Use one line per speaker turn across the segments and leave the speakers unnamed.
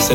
C'est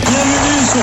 Bienvenue sur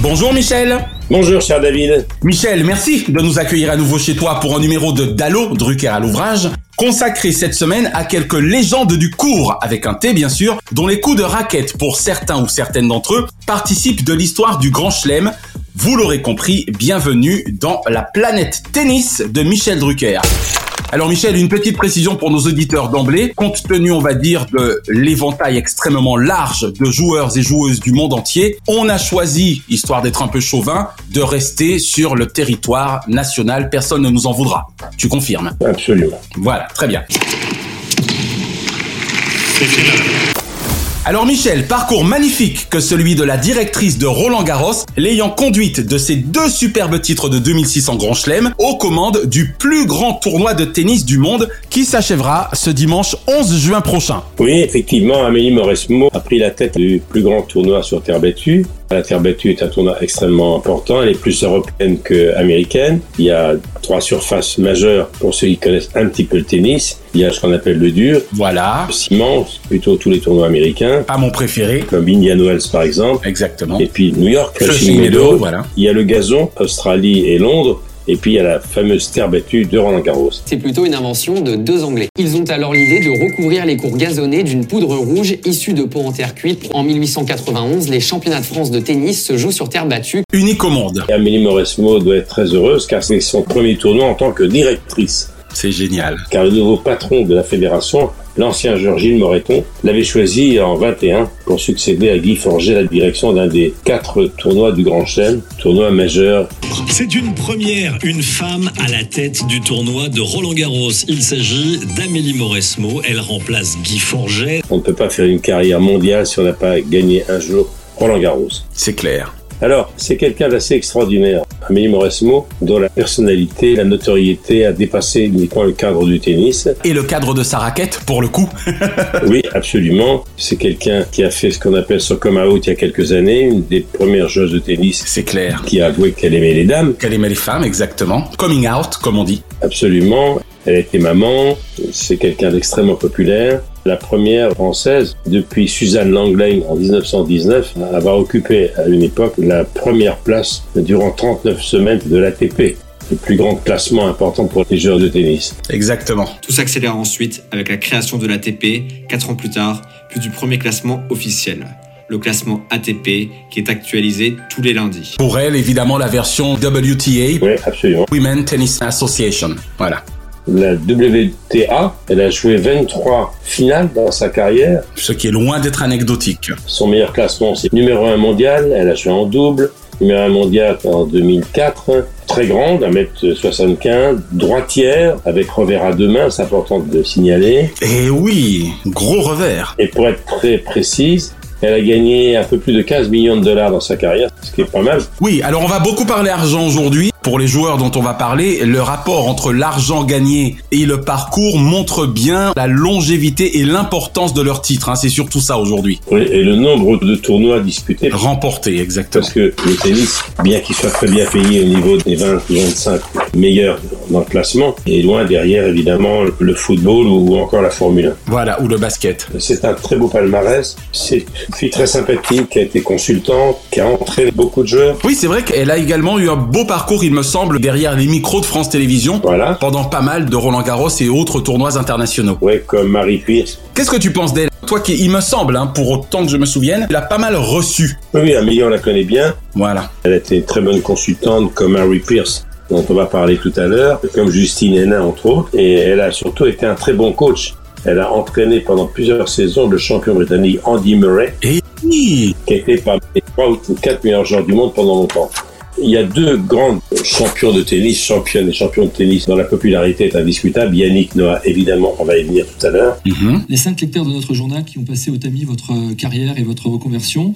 Bonjour Michel
Bonjour cher David
Michel, merci de nous accueillir à nouveau chez toi pour un numéro de Dallo, Drucker à l'ouvrage, consacré cette semaine à quelques légendes du cours, avec un T bien sûr, dont les coups de raquette pour certains ou certaines d'entre eux participent de l'histoire du Grand Chelem. Vous l'aurez compris, bienvenue dans la planète tennis de Michel Drucker. Alors Michel, une petite précision pour nos auditeurs d'emblée. Compte tenu, on va dire, de l'éventail extrêmement large de joueurs et joueuses du monde entier, on a choisi, histoire d'être un peu chauvin, de rester sur le territoire national. Personne ne nous en voudra. Tu confirmes
Absolument.
Voilà, très bien. Alors Michel, parcours magnifique que celui de la directrice de Roland Garros, l'ayant conduite de ses deux superbes titres de 2600 Grand Chelem aux commandes du plus grand tournoi de tennis du monde qui s'achèvera ce dimanche 11 juin prochain.
Oui, effectivement, Amélie Mauresmo a pris la tête du plus grand tournoi sur terre battue. La terre battue est un tournoi extrêmement important. Elle est plus européenne qu'américaine. Il y a trois surfaces majeures pour ceux qui connaissent un petit peu le tennis. Il y a ce qu'on appelle le dur.
Voilà.
Le ciment, plutôt tous les tournois américains.
Pas mon préféré.
Comme Indian Wells, par exemple.
Exactement.
Et puis New York, Flushing Meadows. Voilà. Il y a le gazon, Australie et Londres. Et puis il y a la fameuse terre battue de Roland Garros.
C'est plutôt une invention de deux Anglais. Ils ont alors l'idée de recouvrir les cours gazonnés d'une poudre rouge issue de peau en terre cuite. En 1891, les championnats de France de tennis se jouent sur terre battue.
Unique au monde.
Et Amélie Mauresmo doit être très heureuse car c'est son premier tournoi en tant que directrice.
C'est génial.
Car le nouveau patron de la fédération, l'ancien joueur Gilles Moreton, l'avait choisi en 21 pour succéder à Guy Forger à la direction d'un des quatre tournois du Grand Chelem, tournoi majeur.
C'est une première, une femme à la tête du tournoi de Roland Garros. Il s'agit d'Amélie Mauresmo. Elle remplace Guy Forget.
On ne peut pas faire une carrière mondiale si on n'a pas gagné un jour Roland Garros.
C'est clair.
Alors, c'est quelqu'un d'assez extraordinaire. Amélie Mauresmo, dont la personnalité, la notoriété a dépassé uniquement le cadre du tennis.
Et le cadre de sa raquette, pour le coup.
oui, absolument. C'est quelqu'un qui a fait ce qu'on appelle son come out il y a quelques années, une des premières joueuses de tennis.
C'est clair.
Qui a avoué qu'elle aimait les dames.
Qu'elle aimait les femmes, exactement. Coming out, comme on dit.
Absolument. Elle était maman. C'est quelqu'un d'extrêmement populaire la première française depuis Suzanne Langlaine en 1919 à avoir occupé à une époque la première place durant 39 semaines de l'ATP. Le plus grand classement important pour les joueurs de tennis.
Exactement.
Tout s'accélère ensuite avec la création de l'ATP, 4 ans plus tard, puis du premier classement officiel le classement ATP qui est actualisé tous les lundis.
Pour elle, évidemment, la version WTA,
oui, absolument.
Women Tennis Association. Voilà
la WTA. Elle a joué 23 finales dans sa carrière.
Ce qui est loin d'être anecdotique.
Son meilleur classement, c'est numéro 1 mondial. Elle a joué en double. Numéro 1 mondial en 2004. Très grande, 1m75, droitière, avec revers à deux mains, c'est important de signaler.
Eh oui, gros revers.
Et pour être très précise, elle a gagné un peu plus de 15 millions de dollars dans sa carrière, ce qui est pas mal.
Oui, alors on va beaucoup parler argent aujourd'hui. Pour les joueurs dont on va parler, le rapport entre l'argent gagné et le parcours montre bien la longévité et l'importance de leur titre. Hein. C'est surtout ça aujourd'hui.
Oui, et le nombre de tournois disputés.
Remportés, exactement.
Parce que le tennis, bien qu'il soit très bien payé au niveau des 20 25 meilleur dans le classement et loin derrière évidemment le football ou encore la Formule 1.
Voilà, ou le basket.
C'est un très beau palmarès. C'est une fille très sympathique qui a été consultante, qui a entraîné beaucoup de joueurs.
Oui, c'est vrai qu'elle a également eu un beau parcours, il me semble, derrière les micros de France Télévisions
voilà.
pendant pas mal de Roland Garros et autres tournois internationaux.
Ouais, comme Marie Pierce.
Qu'est-ce que tu penses d'elle toi qui, il me semble, hein, pour autant que je me souvienne, tu l'as pas mal reçu.
Oui, Amélie, on la connaît bien.
Voilà.
Elle a été une très bonne consultante comme Harry Pierce dont on va parler tout à l'heure, comme Justine Hénin entre autres, et elle a surtout été un très bon coach. Elle a entraîné pendant plusieurs saisons le champion britannique Andy Murray,
et...
qui était parmi les trois ou quatre meilleurs joueurs du monde pendant longtemps. Il y a deux grands champions de tennis, championnes et champions de tennis dont la popularité est indiscutable. Yannick Noah, évidemment, on va y venir tout à l'heure.
Mm -hmm.
Mhm.
Les cinq lecteurs de notre journal qui ont passé au tamis votre euh, carrière et votre reconversion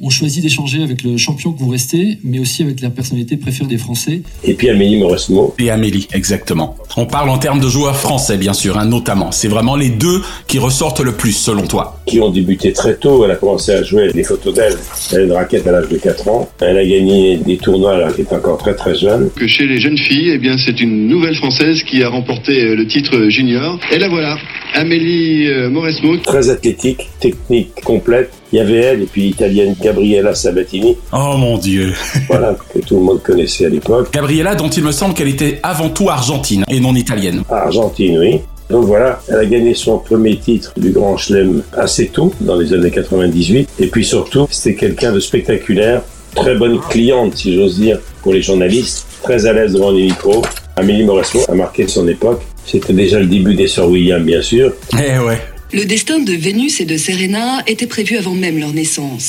ont choisi d'échanger avec le champion que vous restez, mais aussi avec la personnalité préférée des Français.
Et puis Amélie Mauresmo.
Et Amélie, exactement. On parle en termes de joueurs français, bien sûr, hein, notamment. C'est vraiment les deux qui ressortent le plus, selon toi.
Qui ont débuté très tôt. Elle a commencé à jouer des photos d'elle. Elle a une raquette à l'âge de 4 ans. Elle a gagné des tournois alors qu'elle est encore très très jeune.
Que chez les jeunes filles, eh bien, c'est une nouvelle française qui a remporté euh, le titre junior. Et la voilà, Amélie euh, Mauresmo.
Très athlétique, technique complète. Il y avait elle et puis l'italienne Gabriella Sabatini.
Oh mon Dieu
Voilà, que tout le monde connaissait à l'époque.
Gabriella, dont il me semble qu'elle était avant tout argentine et non italienne.
Argentine, oui. Donc voilà, elle a gagné son premier titre du Grand Chelem assez tôt, dans les années 98. Et puis surtout, c'était quelqu'un de spectaculaire, très bonne cliente, si j'ose dire, pour les journalistes, très à l'aise devant les micros. Amélie Mauresmo a marqué son époque. C'était déjà le début des sœurs William, bien sûr.
Eh ouais.
Le destin de Vénus et de Serena était prévu avant même leur naissance.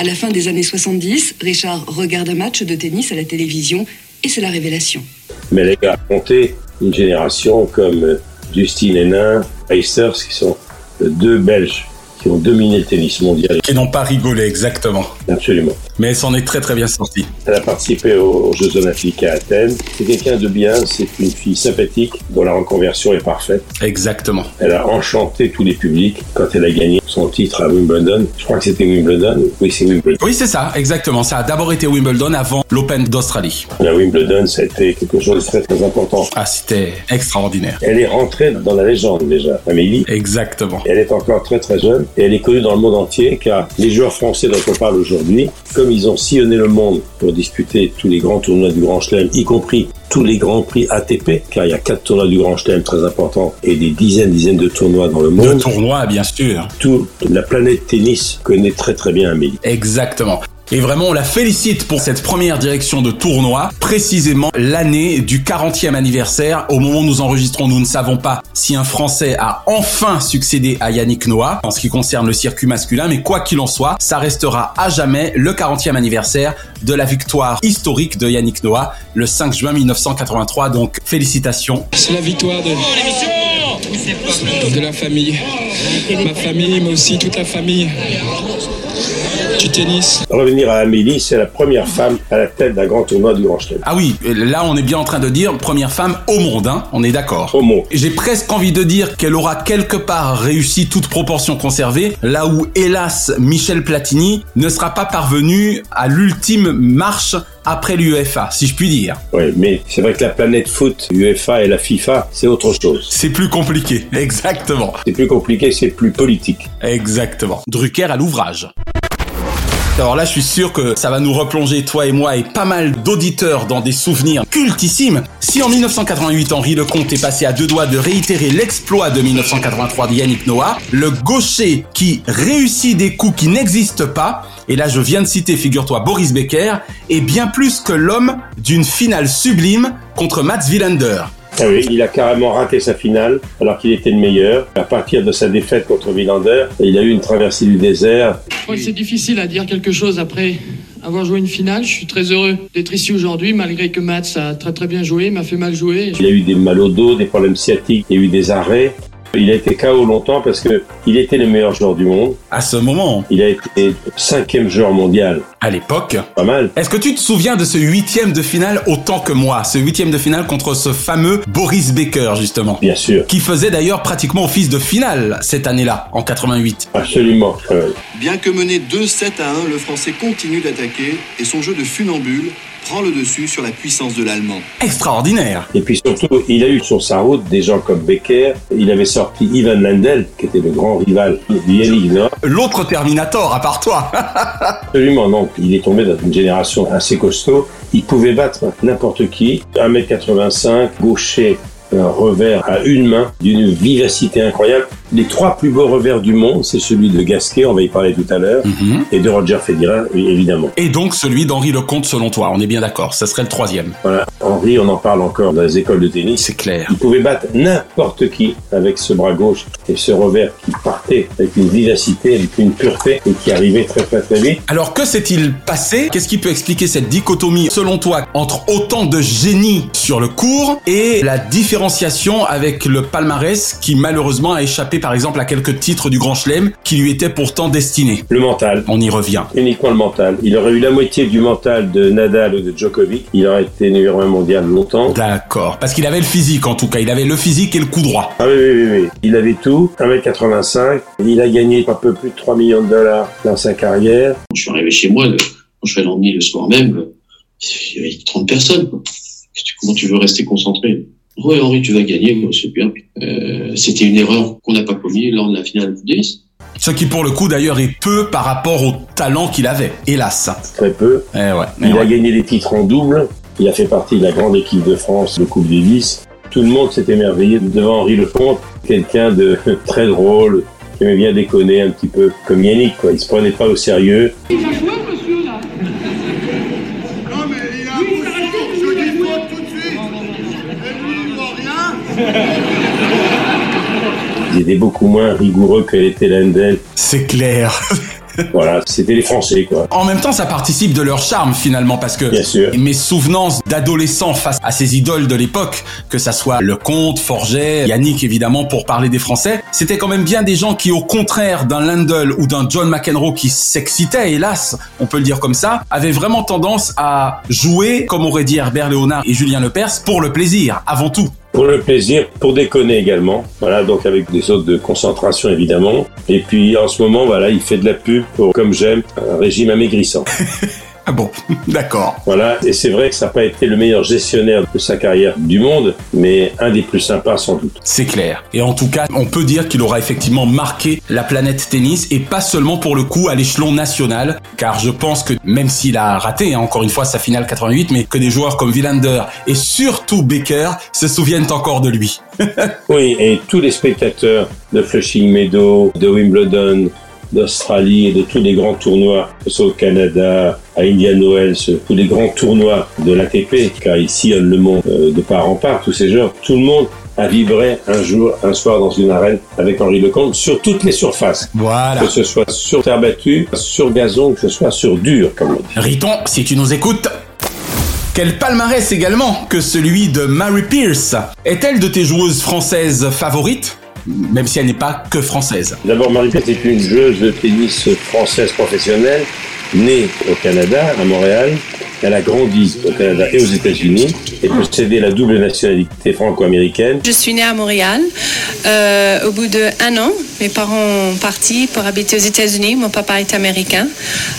À la fin des années 70, Richard regarde un match de tennis à la télévision et c'est la révélation.
Mais les gars, compter une génération comme euh, Justine Hénin, Eisters, qui sont euh, deux Belges qui ont dominé le tennis mondial.
Qui n'ont pas rigolé, exactement.
Absolument.
Mais elle s'en est très très bien sortie.
Elle a participé aux Jeux Olympiques à Athènes. C'est quelqu'un de bien, c'est une fille sympathique dont la reconversion est parfaite.
Exactement.
Elle a enchanté tous les publics quand elle a gagné son titre à Wimbledon. Je crois que c'était Wimbledon. Oui, c'est Wimbledon.
Oui, c'est ça, exactement. Ça a d'abord été Wimbledon avant l'Open d'Australie.
La Wimbledon, ça a été quelque chose de très très important.
Ah, c'était extraordinaire.
Elle est rentrée dans la légende déjà, Amélie.
Exactement.
Elle est encore très très jeune et elle est connue dans le monde entier car les joueurs français dont on parle aujourd'hui, comme ils ont sillonné le monde pour disputer tous les grands tournois du Grand Chelem, y compris tous les grands prix ATP, car il y a quatre tournois du Grand Chelem très importants et des dizaines, dizaines de tournois dans le monde.
De tournois, bien sûr.
Toute la planète tennis connaît très très bien Amélie.
Exactement. Et vraiment, on la félicite pour cette première direction de tournoi, précisément l'année du 40e anniversaire. Au moment où nous enregistrons, nous ne savons pas si un Français a enfin succédé à Yannick Noah en ce qui concerne le circuit masculin, mais quoi qu'il en soit, ça restera à jamais le 40e anniversaire de la victoire historique de Yannick Noah le 5 juin 1983. Donc, félicitations.
C'est la victoire de... Oh, de la famille. Ma famille, mais aussi toute la famille du tennis.
Revenir à Amélie, c'est la première femme à la tête d'un grand tournoi du Grand Chelem.
Ah oui, là on est bien en train de dire première femme au monde, hein, on est d'accord.
Au monde.
J'ai presque envie de dire qu'elle aura quelque part réussi toute proportion conservée, là où hélas Michel Platini ne sera pas parvenu à l'ultime marche après l'UEFA, si je puis dire.
Oui, mais c'est vrai que la planète foot, l'UEFA et la FIFA, c'est autre chose.
C'est plus compliqué, exactement.
C'est plus compliqué, c'est plus politique.
Exactement. Drucker à l'ouvrage. Alors là, je suis sûr que ça va nous replonger, toi et moi, et pas mal d'auditeurs dans des souvenirs cultissimes. Si en 1988, Henri Lecomte est passé à deux doigts de réitérer l'exploit de 1983 de Yannick Noah, le gaucher qui réussit des coups qui n'existent pas, et là je viens de citer, figure-toi, Boris Becker, est bien plus que l'homme d'une finale sublime contre Mats Wilander.
Ah oui, il a carrément raté sa finale alors qu'il était le meilleur. À partir de sa défaite contre Villander, il a eu une traversée du désert.
Je crois que c'est difficile à dire quelque chose après avoir joué une finale. Je suis très heureux d'être ici aujourd'hui, malgré que Mats a très très bien joué, m'a fait mal jouer.
Il a eu des mal au dos, des problèmes sciatiques, il y a eu des arrêts. Il a été KO longtemps parce que il était le meilleur joueur du monde.
À ce moment.
Il a été cinquième joueur mondial.
À l'époque.
Pas mal.
Est-ce que tu te souviens de ce huitième de finale autant que moi? Ce huitième de finale contre ce fameux Boris Becker, justement.
Bien sûr.
Qui faisait d'ailleurs pratiquement office de finale cette année-là, en 88.
Absolument. Euh,
Bien que mené 2-7 à 1, le Français continue d'attaquer et son jeu de funambule
prend le dessus sur la puissance de l'Allemand.
Extraordinaire.
Et puis surtout, il a eu sur sa route des gens comme Becker. Il avait sorti Ivan Lendl, qui était le grand rival d'Ielina.
L'autre Terminator, à part toi.
Absolument, non. Il est tombé dans une génération assez costaud. Il pouvait battre n'importe qui. 1m85, gaucher, un revers à une main d'une vivacité incroyable. Les trois plus beaux revers du monde, c'est celui de Gasquet, on va y parler tout à l'heure,
Mhm.
mm-hmm. et de Roger Federer, évidemment.
Et donc celui d'Henri Lecomte, selon toi, on est bien d'accord, ça serait le troisième.
Voilà, Henri, on en parle encore dans les écoles de tennis.
C'est clair.
Il pouvait battre n'importe qui avec ce bras gauche et ce revers qui partait avec une vivacité, avec une pureté, et qui arrivait très très très vite.
Alors que s'est-il passé Qu'est-ce qui peut expliquer cette dichotomie, selon toi, entre autant de génie sur le cours et la différence avec le palmarès qui malheureusement a échappé par exemple à quelques titres du Grand Chelem qui lui étaient pourtant destinés.
Le mental.
On y revient.
Uniquement le mental. Il aurait eu la moitié du mental de Nadal ou de Djokovic. Il aurait été numéro un mondial longtemps.
D'accord. Parce qu'il avait le physique en tout cas. Il avait le physique et le coup droit.
Ah oui, oui, oui. oui. Il avait tout. 1m85. Il a gagné un peu plus de 3 millions de dollars dans sa carrière.
Je suis arrivé chez moi, le... quand je suis allé le soir même, il y avait 30 personnes. Comment tu veux rester concentré oui, Henri, tu vas gagner, c'est bien. Euh, c'était une erreur qu'on n'a pas commise lors de la finale du 10.
Ce qui, pour le coup, d'ailleurs, est peu par rapport au talent qu'il avait, hélas.
Très peu.
Eh ouais,
il
ouais.
a gagné les titres en double. Il a fait partie de la grande équipe de France de Coupe Davis. Tout le monde s'est émerveillé devant Henri Lecomte, quelqu'un de très drôle, qui aimait bien déconner un petit peu, comme Yannick, quoi. Il se prenait pas au sérieux.
Il va jouer, monsieur, là
Il était beaucoup moins rigoureux que les Telendel.
C'est clair.
voilà, c'était les Français, quoi.
En même temps, ça participe de leur charme, finalement, parce que
Bien sûr.
mes souvenances d'adolescents face à ces idoles de l'époque, que ça soit Le Comte, Forget, Yannick, évidemment, pour parler des Français, c'était quand même bien des gens qui, au contraire d'un Lindell ou d'un John McEnroe qui s'excitait, hélas, on peut le dire comme ça, avaient vraiment tendance à jouer, comme aurait dit Herbert Léonard et Julien Lepers, pour le plaisir, avant tout
pour le plaisir, pour déconner également. Voilà, donc avec des autres de concentration évidemment. Et puis en ce moment, voilà, il fait de la pub pour, comme j'aime, un régime amaigrissant.
Ah bon, d'accord.
Voilà, et c'est vrai que ça n'a pas été le meilleur gestionnaire de sa carrière du monde, mais un des plus sympas sans doute.
C'est clair. Et en tout cas, on peut dire qu'il aura effectivement marqué la planète tennis, et pas seulement pour le coup à l'échelon national, car je pense que même s'il a raté, hein, encore une fois, sa finale 88, mais que des joueurs comme Villander et surtout Baker se souviennent encore de lui.
oui, et tous les spectateurs de Flushing Meadow, de Wimbledon, d'Australie et de tous les grands tournois, que ce soit au Canada, à Indian Wells, tous les grands tournois de l'ATP, car ils sillonnent le monde euh, de part en part, tous ces gens, tout le monde a vibré un jour, un soir dans une arène avec Henri Lecomte sur toutes les surfaces.
Voilà.
Que ce soit sur terre battue, sur gazon, que ce soit sur dur, comme on dit.
Riton, si tu nous écoutes, quel palmarès également que celui de Mary Pierce. Est-elle de tes joueuses françaises favorites même si elle n'est pas que française.
D'abord, Marie-Pierre est une joueuse de tennis française professionnelle, née au Canada, à Montréal. Elle a grandi au Canada et aux États-Unis et possédait la double nationalité franco-américaine.
Je suis née à Montréal. Euh, au bout de un an, mes parents ont parti pour habiter aux États-Unis. Mon papa est américain.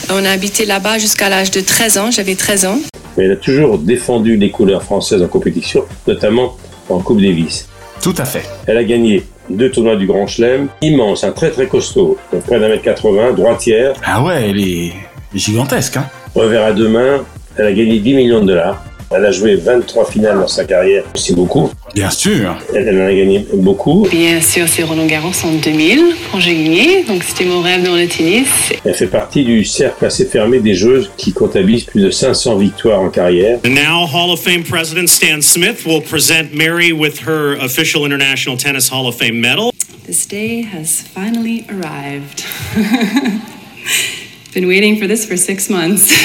On a habité là-bas jusqu'à l'âge de 13 ans. J'avais 13 ans.
Elle a toujours défendu les couleurs françaises en compétition, notamment en Coupe Davis.
Tout à fait.
Elle a gagné deux tournois du Grand Chelem, immense, un hein, très très costaud, donc près d'un mètre 80, droitière.
Ah ouais, elle est gigantesque. Hein.
Revers à deux mains, elle a gagné 10 millions de dollars. Elle a joué 23 finales dans sa carrière, c'est beaucoup.
Bien sûr.
Elle, elle en a gagné beaucoup.
Bien sûr, c'est Roland Garros en 2000 quand j'ai gagné, donc c'était mon rêve dans le tennis.
Elle fait partie du cercle assez fermé des joueuses qui comptabilisent plus de 500 victoires en carrière.
And now Hall of Fame President Stan Smith will present Mary with her official International Tennis Hall of Fame medal.
This day has finally arrived. Been waiting for this for six months.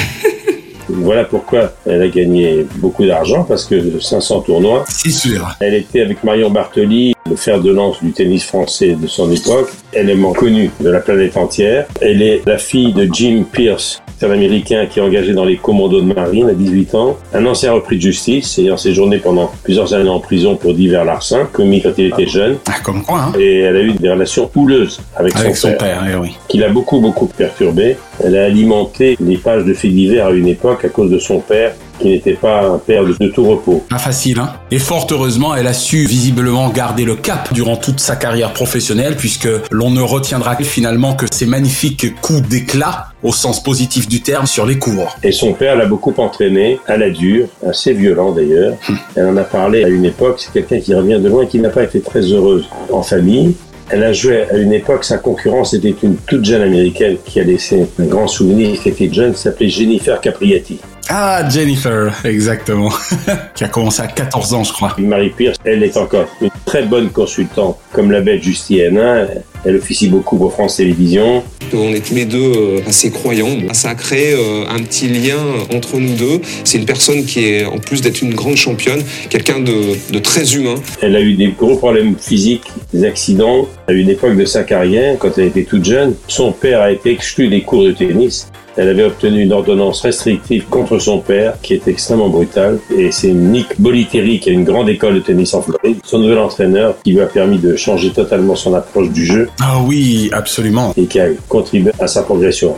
Voilà pourquoi elle a gagné beaucoup d'argent, parce que 500 tournois.
C'est sûr.
Elle était avec Marion Bartoli, le fer de lance du tennis français de son époque. Elle est moins connue de la planète entière. Elle est la fille de Jim Pierce, c'est un Américain qui est engagé dans les commandos de marine à 18 ans, un ancien repris de justice ayant séjourné pendant plusieurs années en prison pour divers larcins commis quand il était jeune.
Ah, comme quoi, hein.
Et elle a eu des relations houleuses avec,
avec son,
son,
père, père oui.
qui l'a beaucoup, beaucoup perturbé. Elle a alimenté les pages de faits divers à une époque à cause de son père qui n'était pas un père de tout repos.
Pas facile, hein Et fort heureusement, elle a su visiblement garder le cap durant toute sa carrière professionnelle, puisque l'on ne retiendra finalement que ses magnifiques coups d'éclat, au sens positif du terme, sur les cours.
Et son père l'a beaucoup entraîné, à la dure, assez violent d'ailleurs. Elle en a parlé à une époque, c'est quelqu'un qui revient de loin, qui n'a pas été très heureuse en famille. Elle a joué à une époque, sa concurrence était une toute jeune américaine qui a laissé un grand souvenir, qui était jeune, s'appelait Jennifer Capriati.
Ah, Jennifer, exactement. qui a commencé à 14 ans, je crois.
Marie Pierce, elle est encore une très bonne consultante, comme la belle Justine. Hein. Elle officie beaucoup aux France Télévisions.
On est tous les deux euh, assez croyants. Ça a créé un petit lien entre nous deux. C'est une personne qui est, en plus d'être une grande championne, quelqu'un de, de, très humain.
Elle a eu des gros problèmes physiques, des accidents. À une époque de sa carrière, quand elle était toute jeune, son père a été exclu des cours de tennis. Elle avait obtenu une ordonnance restrictive contre son père, qui est extrêmement brutale. Et c'est Nick Boliteri, qui a une grande école de tennis en Floride, son nouvel entraîneur, qui lui a permis de changer totalement son approche du jeu.
Ah oui, absolument.
Et qui a contribué à sa progression.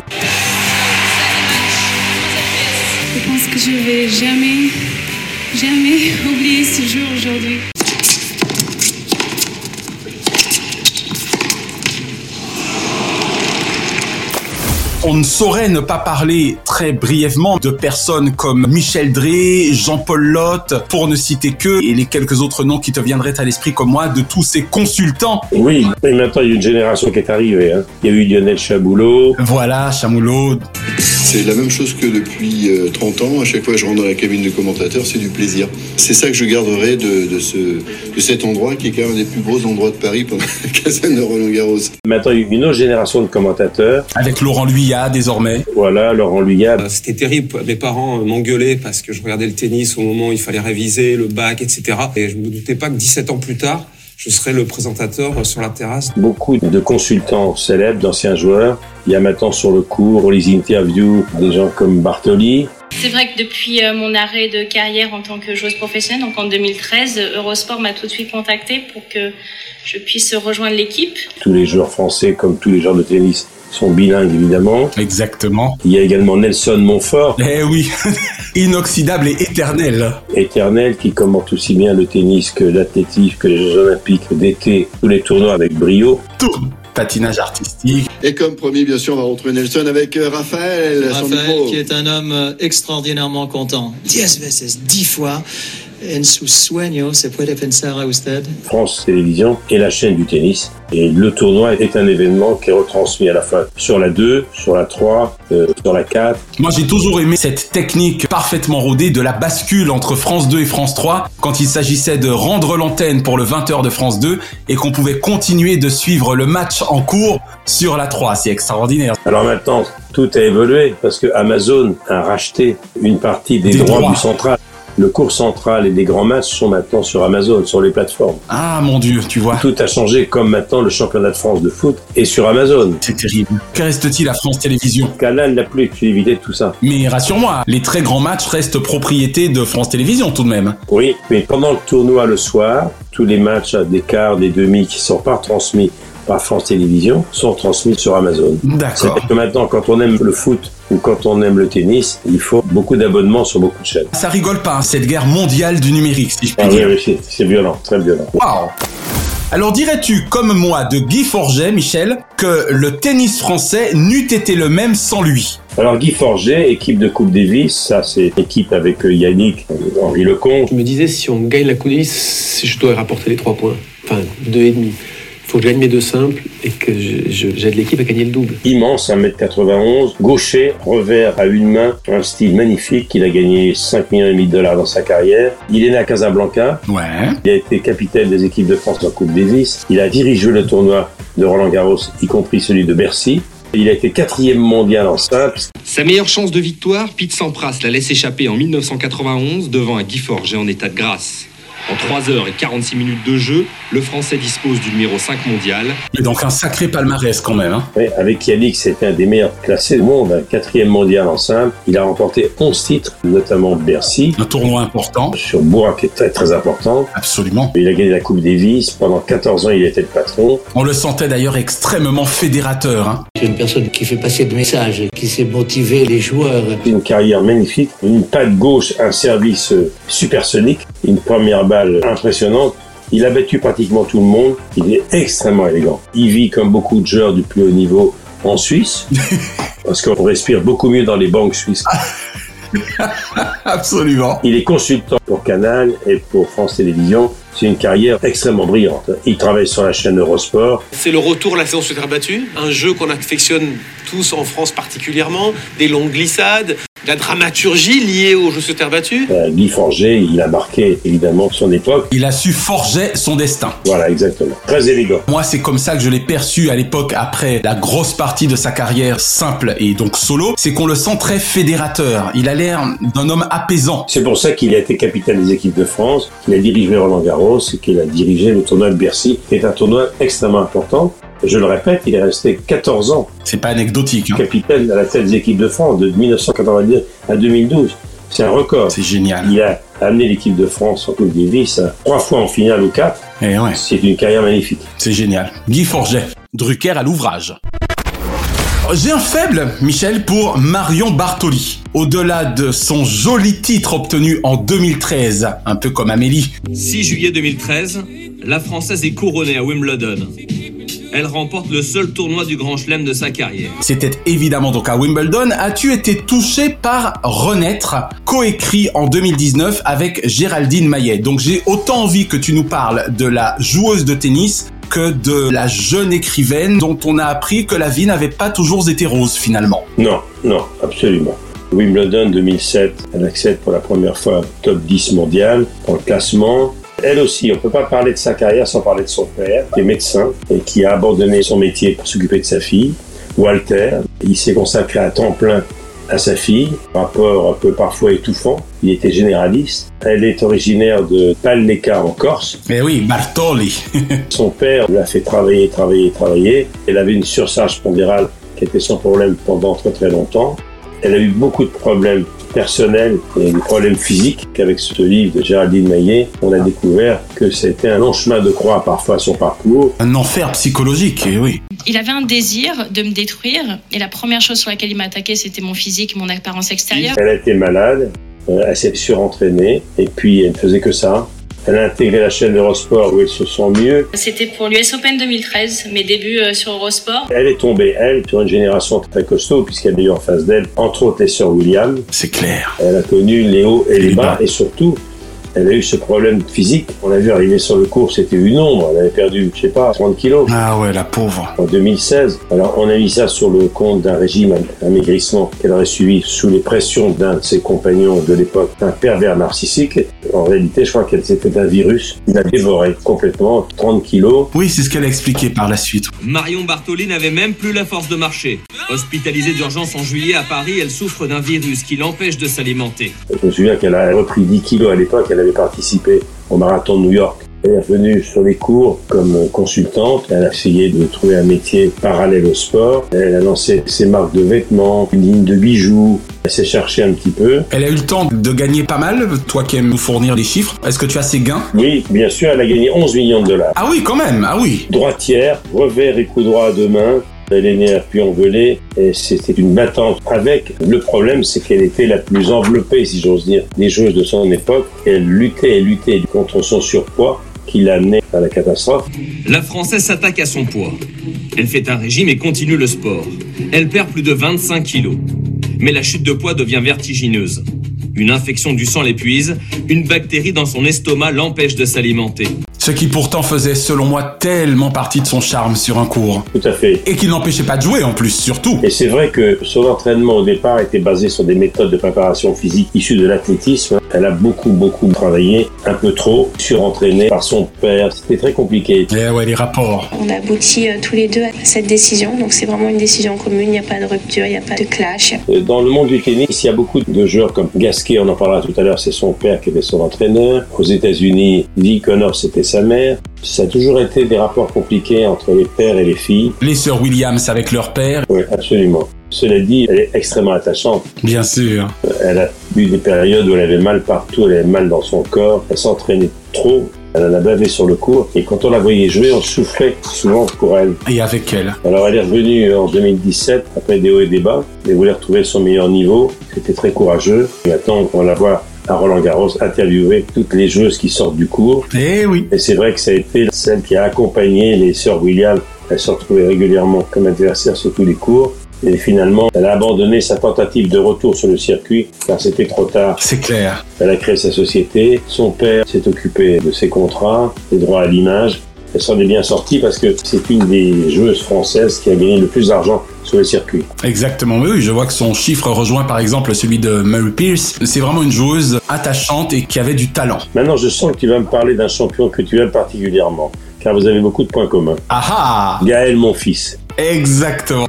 Je pense que je vais jamais, jamais oublier ce jour aujourd'hui.
On ne saurait ne pas parler très brièvement de personnes comme Michel Dré, Jean-Paul Lotte, pour ne citer que, et les quelques autres noms qui te viendraient à l'esprit comme moi, de tous ces consultants.
Oui, mais maintenant il y a une génération qui est arrivée. Hein. Il y a eu Lionel Chaboulot.
Voilà, Chaboulot.
C'est la même chose que depuis 30 ans. À chaque fois que je rentre dans la cabine de commentateur, c'est du plaisir. C'est ça que je garderai de, de, ce, de cet endroit qui est quand même un des plus beaux endroits de Paris pendant la caserne de Roland-Garros.
Maintenant, il y a une autre génération de commentateurs.
Avec Laurent Luyat désormais.
Voilà, Laurent Luyat.
C'était terrible. Mes parents m'engueulaient parce que je regardais le tennis au moment où il fallait réviser, le bac, etc. Et je ne me doutais pas que 17 ans plus tard, je serais le présentateur euh, sur la terrasse.
Beaucoup de consultants célèbres, d'anciens joueurs. Il y a maintenant sur le cours les interviews des gens comme Bartoli.
C'est vrai que depuis euh, mon arrêt de carrière en tant que joueuse professionnelle, donc en 2013, Eurosport m'a tout de suite contacté pour que je puisse rejoindre l'équipe.
Tous les joueurs français, comme tous les joueurs de tennis, sont bilingues évidemment.
Exactement.
Il y a également Nelson Montfort.
Eh oui, inoxydable et éternel.
Éternel qui commente aussi bien le tennis que l'athlétisme, que les Jeux Olympiques d'été, tous les tournois avec brio.
Tout patinage artistique.
Et comme promis, bien sûr, on va retrouver Nelson avec euh, Raphaël.
Euh,
Raphaël, qui est un homme euh, extraordinairement content. 10 veces, 10 fois. En su sueño se puede pensar a usted.
France Télévisions et la chaîne du tennis. Et le tournoi est un événement qui est retransmis à la fois sur la 2, sur la 3, euh, sur la 4.
Moi j'ai toujours aimé cette technique parfaitement rodée de la bascule entre France 2 et France 3 quand il s'agissait de rendre l'antenne pour le 20h de France 2 et qu'on pouvait continuer de suivre le match en cours sur la 3. C'est extraordinaire.
Alors maintenant, tout a évolué parce que Amazon a racheté une partie des, des droits, droits du central le cours central et les grands matchs sont maintenant sur Amazon, sur les plateformes.
Ah mon dieu, tu vois.
Tout a changé, comme maintenant le championnat de France de foot est sur Amazon.
C'est terrible. Que reste-t-il à France Télévisions
Canal n'a plus l'activité de tout ça.
Mais rassure-moi, les très grands matchs restent propriété de France Télévisions tout de même.
Oui, mais pendant le tournoi le soir, tous les matchs des quarts, des demi qui sont pas transmis par France Télévisions sont transmis sur Amazon.
D'accord.
C'est que maintenant, quand on aime le foot ou quand on aime le tennis, il faut beaucoup d'abonnements sur beaucoup de chaînes.
Ça rigole pas, hein, cette guerre mondiale du numérique, si je puis
ah,
dire.
Oui, oui, c'est violent, très violent.
Waouh alors dirais-tu, comme moi, de Guy Forget, Michel, que le tennis français n'eût été le même sans lui
alors Guy Forget, équipe de Coupe Davis, ça c'est équipe avec euh, Yannick, Henri Lecomte.
Je me disais, si on gagne la Coupe Davis, je dois rapporter les trois points, enfin deux et demi faut que je gagne mes deux simples et que j'aide l'équipe à gagner le double.
Immense, 1m91, gaucher, revers à une main, un style magnifique. Il a gagné 5 millions et demi de dollars dans sa carrière. Il est né à Casablanca.
Ouais.
Il a été capitaine des équipes de France dans la Coupe Davis. Il a dirigé le tournoi de Roland Garros, y compris celui de Bercy. Il a été quatrième mondial en simple.
Sa meilleure chance de victoire, Pete Sampras la laisse échapper en 1991 devant un Guy Forget en état de grâce.
En 3 heures et 46 minutes de jeu, le Français dispose du numéro 5 mondial.
Et donc un sacré palmarès quand même. hein.
Oui, avec Yannick, c'était un des meilleurs classés du monde, un quatrième mondial en simple. Il a remporté 11 titres, notamment Bercy.
Un tournoi important.
Sur Bois, qui est très très important.
Absolument.
Il a gagné la Coupe Davis. Pendant 14 ans, il était le patron.
On le sentait d'ailleurs extrêmement fédérateur. hein.
C'est une personne qui fait passer de messages, qui sait motiver les joueurs.
Une carrière magnifique, une patte gauche, un service euh, supersonique, une première balle impressionnante. Il a battu pratiquement tout le monde. Il est extrêmement élégant. Il vit comme beaucoup de joueurs du plus haut niveau en Suisse, parce qu'on respire beaucoup mieux dans les banques suisses.
Absolument.
Il est consultant pour Canal et pour France Télévisions. C'est une carrière extrêmement brillante. Il travaille sur la chaîne Eurosport.
C'est le retour à la séance de terre battue, un jeu qu'on affectionne tous en France particulièrement, des longues glissades, de la dramaturgie liée au jeu sur terre battue.
Euh, Guy Forger, il a marqué évidemment son époque.
Il a su forger son destin.
Voilà, exactement. Très élégant.
Moi, c'est comme ça que je l'ai perçu à l'époque après la grosse partie de sa carrière simple et donc solo, c'est qu'on le sent très fédérateur. Il a l'air d'un homme apaisant.
C'est pour ça qu'il a été capitaine des équipes de France, qu'il a dirigé Roland Garros et qu'il a dirigé le tournoi de Bercy, qui est un tournoi extrêmement important. Je le répète, il est resté 14 ans
C'est pas anecdotique. hein.
capitaine à la tête des équipes de France de 1992 à 2012. C'est un record.
C'est génial.
Il a amené l'équipe de France en Coupe Davis à trois fois en finale ou quatre.
Eh ouais,
C'est une carrière magnifique.
c'est génial. Guy Forget, Drucker à l'ouvrage. Oh, J'ai un faible, Michel, pour Marion Bartoli. Au-delà de son joli titre obtenu en 2013, un peu comme Amélie,
6 juillet 2013, la Française est couronnée à Wimbledon. Elle remporte le seul tournoi du Grand Chelem de sa carrière.
C'était évidemment donc à Wimbledon. As-tu été touché par Renaître, coécrit en 2019 avec Géraldine Maillet Donc j'ai autant envie que tu nous parles de la joueuse de tennis que de la jeune écrivaine dont on a appris que la vie n'avait pas toujours été rose finalement.
Non, non, absolument. Wimbledon 2007, elle accède pour la première fois au top 10 mondial dans le classement. Elle aussi, on peut pas parler de sa carrière sans parler de son père, qui est médecin et qui a abandonné son métier pour s'occuper de sa fille, Walter. Il s'est consacré à temps plein à sa fille, rapport un peu parfois étouffant. Il était généraliste. Elle est originaire de Palneca en Corse.
Mais Eh oui, Bartoli.
Son père l'a fait travailler, travailler, travailler. Elle avait une surcharge pondérale qui était son problème pendant très très longtemps. Elle a eu beaucoup de problèmes personnels et des problèmes physiques qu'avec ce livre de Géraldine Maillet, on a découvert que c'était un long chemin de croix parfois son parcours.
un enfer psychologique, et oui.
Il avait un désir de me détruire et la première chose sur laquelle il m'attaquait, c'était mon physique, mon apparence extérieure.
Elle a été malade, euh, elle s'est surentraînée et puis elle ne faisait que ça. Elle a intégré la chaîne Eurosport où elle se sent mieux.
C'était pour l'US Open 2013, mes débuts euh, sur Eurosport.
Elle est tombée, elle, sur une génération très costaud puisqu'elle a eu en face d'elle, entre autres, les sœurs Williams,
C'est clair.
Elle a connu les hauts et les
Les
bas,
bas.
et surtout, elle a eu ce problème physique. On l'a vu arriver sur le cours, c'était une ombre. Elle avait perdu, je sais pas, 30 kilos
Ah ouais, la pauvre.
en 2016. Alors, on a mis ça sur le compte d'un régime amaigrissement qu'elle aurait suivi sous les pressions d'un de ses compagnons de l'époque, un pervers narcissique. En réalité, je crois qu'elle c'était un virus. Il a dévoré complètement 30 kilos.
Oui, c'est ce qu'elle a expliqué par la suite.
Marion Bartoli n'avait même plus la force de marcher. Hospitalisée d'urgence en juillet à Paris, elle souffre d'un virus qui l'empêche de s'alimenter.
Je me souviens qu'elle a repris 10 kilos à l'époque. Elle avait participé au marathon de New York. Elle est revenue sur les cours comme consultante. Elle a essayé de trouver un métier parallèle au sport. Elle a lancé ses marques de vêtements, une ligne de bijoux. Elle s'est cherchée un petit peu.
Elle a eu le temps de gagner pas mal, toi qui aimes nous fournir les chiffres. Est-ce que tu as ses gains
Oui, bien sûr, elle a gagné 11 millions de dollars.
Ah oui, quand même, ah oui.
Droitière, revers et coup droit à deux mains. Elle est née à Puy-en-Velay et c'était une battante avec. Le problème, c'est qu'elle était la plus enveloppée, si j'ose dire, des joueuses de son époque. Elle luttait et luttait contre son surpoids qui l'a amenée à la catastrophe.
La Française s'attaque à son poids. Elle fait un régime et continue le sport. Elle perd plus de 25 kilos. Mais la chute de poids devient vertigineuse. Une infection du sang l'épuise, une bactérie dans son estomac l'empêche de s'alimenter.
Ce qui pourtant faisait, selon moi, tellement partie de son charme sur un cours.
Tout à fait.
Et qui n'empêchait pas de jouer en plus, surtout.
Et c'est vrai que son entraînement au départ était basé sur des méthodes de préparation physique issues de l'athlétisme. Elle a beaucoup, beaucoup travaillé, un peu trop, surentraînée par son père. C'était très compliqué.
Eh ouais, les rapports.
On a abouti euh, tous les deux à cette décision, donc c'est vraiment une décision commune, il n'y a pas de rupture, il n'y a pas de clash.
Euh, Dans le monde du tennis, il y a beaucoup de joueurs comme Gasquet, on en parlera tout à l'heure, c'est son père qui était son entraîneur. Aux États-Unis, Lee Connor, c'était sa mère. Ça a toujours été des rapports compliqués entre les pères et les filles.
Les sœurs Williams avec leur père.
Oui, absolument. Cela dit, elle est extrêmement attachante.
Bien sûr.
Euh, Elle a eu des périodes où elle avait mal partout, elle avait mal dans son corps, elle s'entraînait trop, elle en a bavé sur le cours, et quand on la voyait jouer, on souffrait souvent pour elle.
Et avec elle.
Alors elle est revenue euh, en 2017, après des hauts et des bas, elle voulait retrouver son meilleur niveau, c'était très courageux. Et maintenant, on la voit à Roland Garros interviewer toutes les joueuses qui sortent du cours.
Eh oui.
Et c'est vrai que ça a été celle qui a accompagné les sœurs Williams. Elles se retrouvaient régulièrement comme adversaires sur tous les cours. Et finalement, elle a abandonné sa tentative de retour sur le circuit car c'était trop tard.
C'est clair.
Elle a créé sa société. Son père s'est occupé de ses contrats, des droits à l'image. Elle s'en est bien sortie parce que c'est une des joueuses françaises qui a gagné le plus d'argent sur le circuit.
Exactement, oui, oui, je vois que son chiffre rejoint par exemple celui de Mary Pierce. C'est vraiment une joueuse attachante et qui avait du talent.
Maintenant, je sens que tu vas me parler d'un champion que tu aimes particulièrement car vous avez beaucoup de points communs.
Ah
Gaël, mon fils.
Exactement.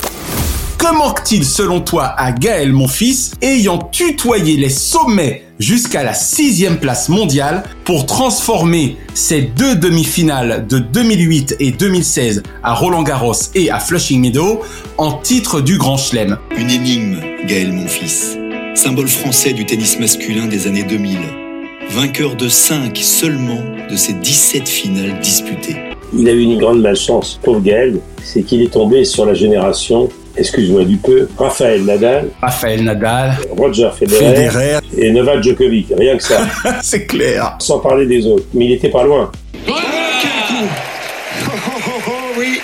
Comment manque-t-il selon toi à Gaël, mon fils, ayant tutoyé les sommets jusqu'à la sixième place mondiale pour transformer ses deux demi-finales de 2008 et 2016 à Roland Garros et à Flushing Meadow en titre du Grand Chelem
Une énigme, Gaël Monfils, symbole français du tennis masculin des années 2000, vainqueur de 5 seulement de ses 17 finales disputées.
Il a eu une grande malchance, pauvre Gaël, c'est qu'il est tombé sur la génération, excuse-moi du peu, Raphaël Nadal,
Raphaël Nadal,
Roger Federer,
Federer,
et Novak Djokovic, rien que ça,
c'est clair.
sans parler des autres. Mais il était pas loin.
oui,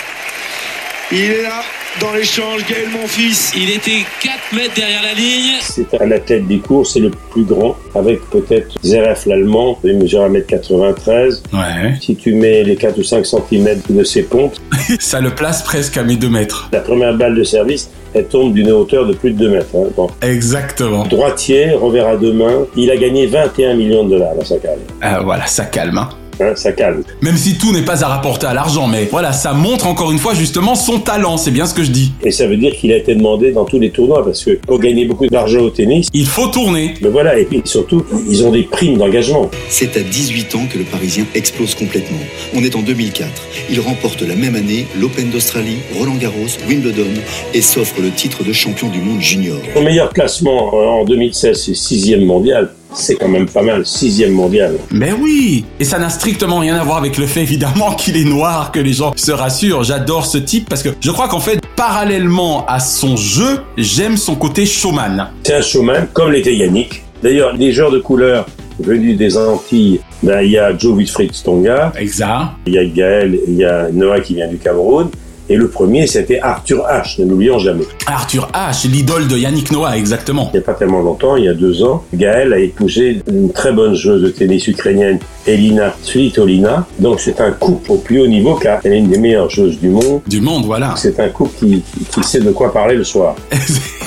il est là dans l'échange, Gaël Monfils.
Il était 4 mètres derrière la ligne.
C'est un athlète des cours, c'est le plus grand, avec peut-être Zeref l'allemand, il mesure 1m93.
Ouais.
Si tu mets les 4 ou 5 cm de ses pompes,
Ça le place presque à mes deux mètres.
la première balle de service, elle tombe d'une hauteur de plus de 2 mètres. hein. Bon.
Exactement.
Droitier, revers à deux mains, il a gagné 21 millions de dollars dans sa carrière.
Ah, voilà, ça calme. hein.
Hein, ça calme.
Même si tout n'est pas à rapporter à l'argent, mais voilà, ça montre encore une fois justement son talent, c'est bien ce que je dis.
Et ça veut dire qu'il a été demandé dans tous les tournois parce que pour gagner beaucoup d'argent au tennis,
Il faut tourner.
mais voilà, et puis surtout, ils ont des primes d'engagement.
C'est à 18 ans que le Parisien explose complètement. On est en 2004. Il remporte la même année l'Open d'Australie, Roland Garros, Wimbledon et s'offre le titre de champion du monde junior.
Son meilleur classement euh, en 2016, c'est sixième mondial. C'est quand même pas mal, sixième mondial.
Mais oui Et ça n'a strictement rien à voir avec le fait évidemment qu'il est noir, que les gens se rassurent. J'adore ce type parce que je crois qu'en fait, parallèlement à son jeu, j'aime son côté showman.
C'est un showman, comme l'était Yannick. D'ailleurs, les joueurs de couleur venus des Antilles, ben, il y a Joe Wilfried Stonga,
Exact.
il y a Gaël, il y a Noah qui vient du Cameroun. Et le premier, c'était Arthur H, ne l'oublions jamais.
Arthur H, l'idole de Yannick Noah, exactement.
Il n'y a pas tellement longtemps, il y a deux ans, Gaël a épousé une très bonne joueuse de tennis ukrainienne, Elina Svitolina. Donc c'est un couple au plus haut niveau car elle est une des meilleures joueuses du monde.
Du monde, voilà.
C'est un couple qui, qui- qui sait de quoi parler le soir.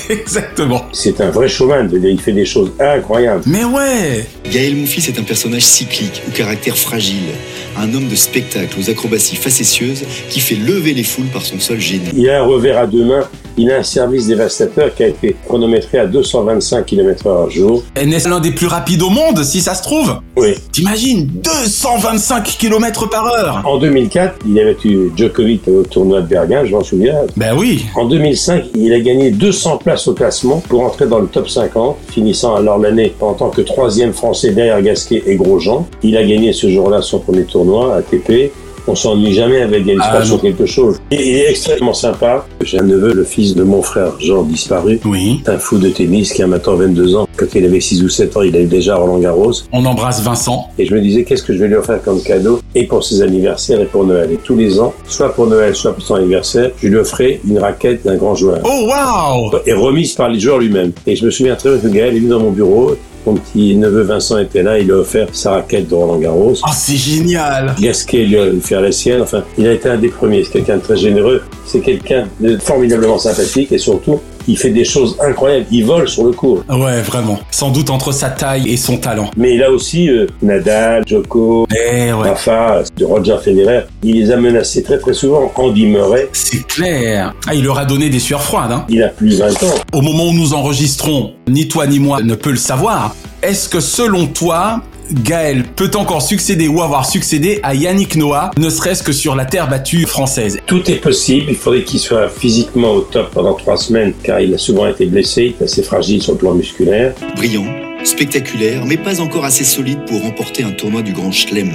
exactement.
C'est un vrai showman, je veux dire, il fait des choses incroyables.
Mais ouais
Gaël Monfils est un personnage cyclique, au caractère fragile. Un homme de spectacle aux acrobaties facétieuses qui fait lever les foules par son seul génie.
Il a un revers à deux mains, il a un service dévastateur qui a été chronométré à 225 km h jour.
Elle n'est l'un des plus rapides au monde, si ça se trouve
Oui.
T'imagines 225 km par heure
En 2004, il avait eu Djokovic au tournoi de Bergen, je m'en souviens.
Ben oui
En 2005, il a gagné 200 places au classement pour entrer dans le top 50, finissant alors l'année en tant que troisième français derrière Gasquet et Grosjean. Il a gagné ce jour-là son premier tournoi ATP. On s'ennuie jamais avec Gaël, il se
Ah,
passe
non.
quelque chose. Il est extrêmement sympa. J'ai un neveu, le fils de mon frère Jean disparu.
Oui.
C'est un fou de tennis qui a maintenant 22 ans. Quand il avait 6 ou 7 ans, il avait déjà Roland Garros.
On embrasse Vincent.
Et je me disais, qu'est-ce que je vais lui offrir comme cadeau Et pour ses anniversaires et pour Noël. Et tous les ans, soit pour Noël, soit pour son anniversaire, je lui offrais une raquette d'un grand joueur.
Oh waouh
Et remise par les joueurs lui-même. Et je me souviens très bien que Gaël est venu dans mon bureau. Mon petit neveu Vincent était là, il lui a offert sa raquette de Roland Garros.
Oh, c'est génial
Gasquet lui a offert la sienne. Enfin, il a été un des premiers. C'est quelqu'un de très généreux. C'est quelqu'un de formidablement sympathique et surtout, il fait des choses incroyables. Il vole sur le cours.
Ouais, vraiment. Sans doute entre sa taille et son talent.
Mais là aussi, euh, Nadal, Joko,
Eh ouais.
Rafa, Roger Federer, il les a menacés très très souvent. Andy Murray,
C'est clair. Ah, il leur a donné des sueurs froides. Hein.
il a plus de 20 ans.
Au moment où nous enregistrons, ni toi ni moi ne peut le savoir. Est-ce que selon toi, Gaël peut encore succéder ou avoir succédé à Yannick Noah, ne serait-ce que sur la terre battue française
Tout est possible. Il faudrait qu'il soit physiquement au top pendant trois semaines, car il a souvent été blessé. Il est assez fragile sur le plan musculaire.
Brillant, spectaculaire, mais pas encore assez solide pour remporter un tournoi du Grand Chelem.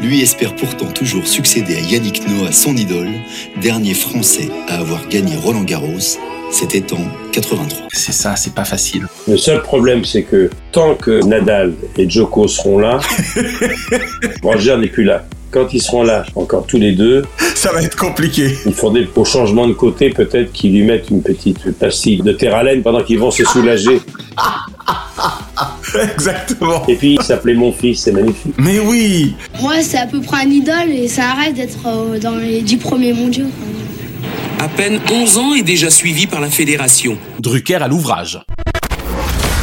Lui espère pourtant toujours succéder à Yannick Noah, son idole, dernier Français à avoir gagné Roland Garros. C'était en 83.
C'est ça, c'est pas facile.
Le seul problème, c'est que tant que Nadal et Djoko seront là, Roger n'est plus là. Quand ils seront là, encore tous les deux,
Ça va être compliqué.
il faudrait, au changement de côté, peut-être qu'ils lui mettent une petite pastille de terre pendant qu'ils vont se soulager.
Exactement.
Et puis, il s'appelait mon fils, c'est magnifique.
Mais oui
Moi, c'est à peu près un idole et ça arrête d'être euh, dans les 10 premiers mondiaux. quoi.
À peine 11 ans et déjà suivi par la fédération.
Drucker à l'ouvrage.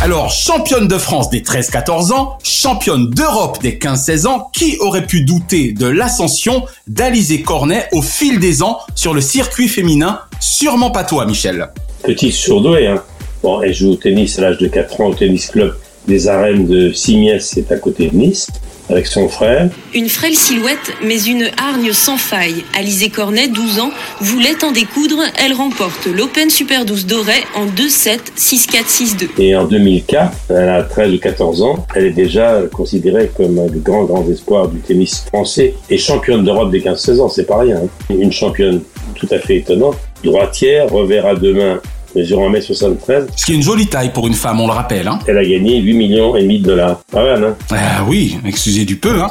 Alors, championne de France des 13-14 ans, championne d'Europe des 15-16 ans, qui aurait pu douter de l'ascension d'Alizé Cornet au fil des ans sur le circuit féminin Sûrement pas toi, Michel.
Petite surdouée, hein. Bon, elle joue au tennis à l'âge de 4 ans au tennis club des arènes de Simiès, c'est à côté de Nice, avec son frère.
Une frêle silhouette, mais une hargne sans faille. Alizé Cornet, 12 ans, voulait en découdre. Elle remporte l'Open Super 12 d'Auray en 2-7, 6-4, 6-2.
Et en 2004, elle a 13 ou 14 ans, elle est déjà considérée comme un des grands, grands espoirs du tennis français et championne d'Europe des 15-16 ans, c'est pas rien. hein. Une championne tout à fait étonnante, droitière, revers à deux mains, mesurant 1m73,
Ce qui est une jolie taille pour une femme, on le rappelle. Hein.
elle a gagné 8 millions et demi de dollars. Pas mal, hein
Ah oui, excusez du peu. Hein.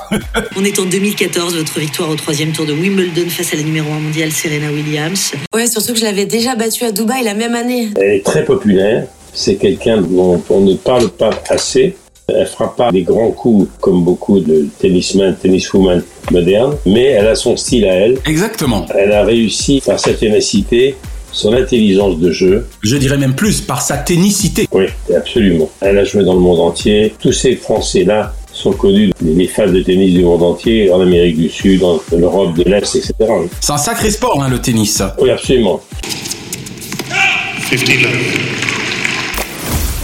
On est en 2014, votre victoire au troisième tour de Wimbledon face à la numéro 1 mondiale Serena Williams.
Ouais, surtout que je l'avais déjà battue à Dubaï la même année.
Elle est très populaire. C'est quelqu'un dont on ne parle pas assez. Elle frappe pas des grands coups comme beaucoup de tennismen, tenniswomen modernes, mais elle a son style à elle.
Exactement.
Elle a réussi par sa ténacité, son intelligence de jeu.
Je dirais même plus par sa ténicité.
Oui, absolument. Elle a joué dans le monde entier. Tous ces Français-là sont connus les fans de tennis du monde entier, en Amérique du Sud, en Europe de l'Est, etc.
C'est un sacré sport, hein, le tennis.
Oui, absolument.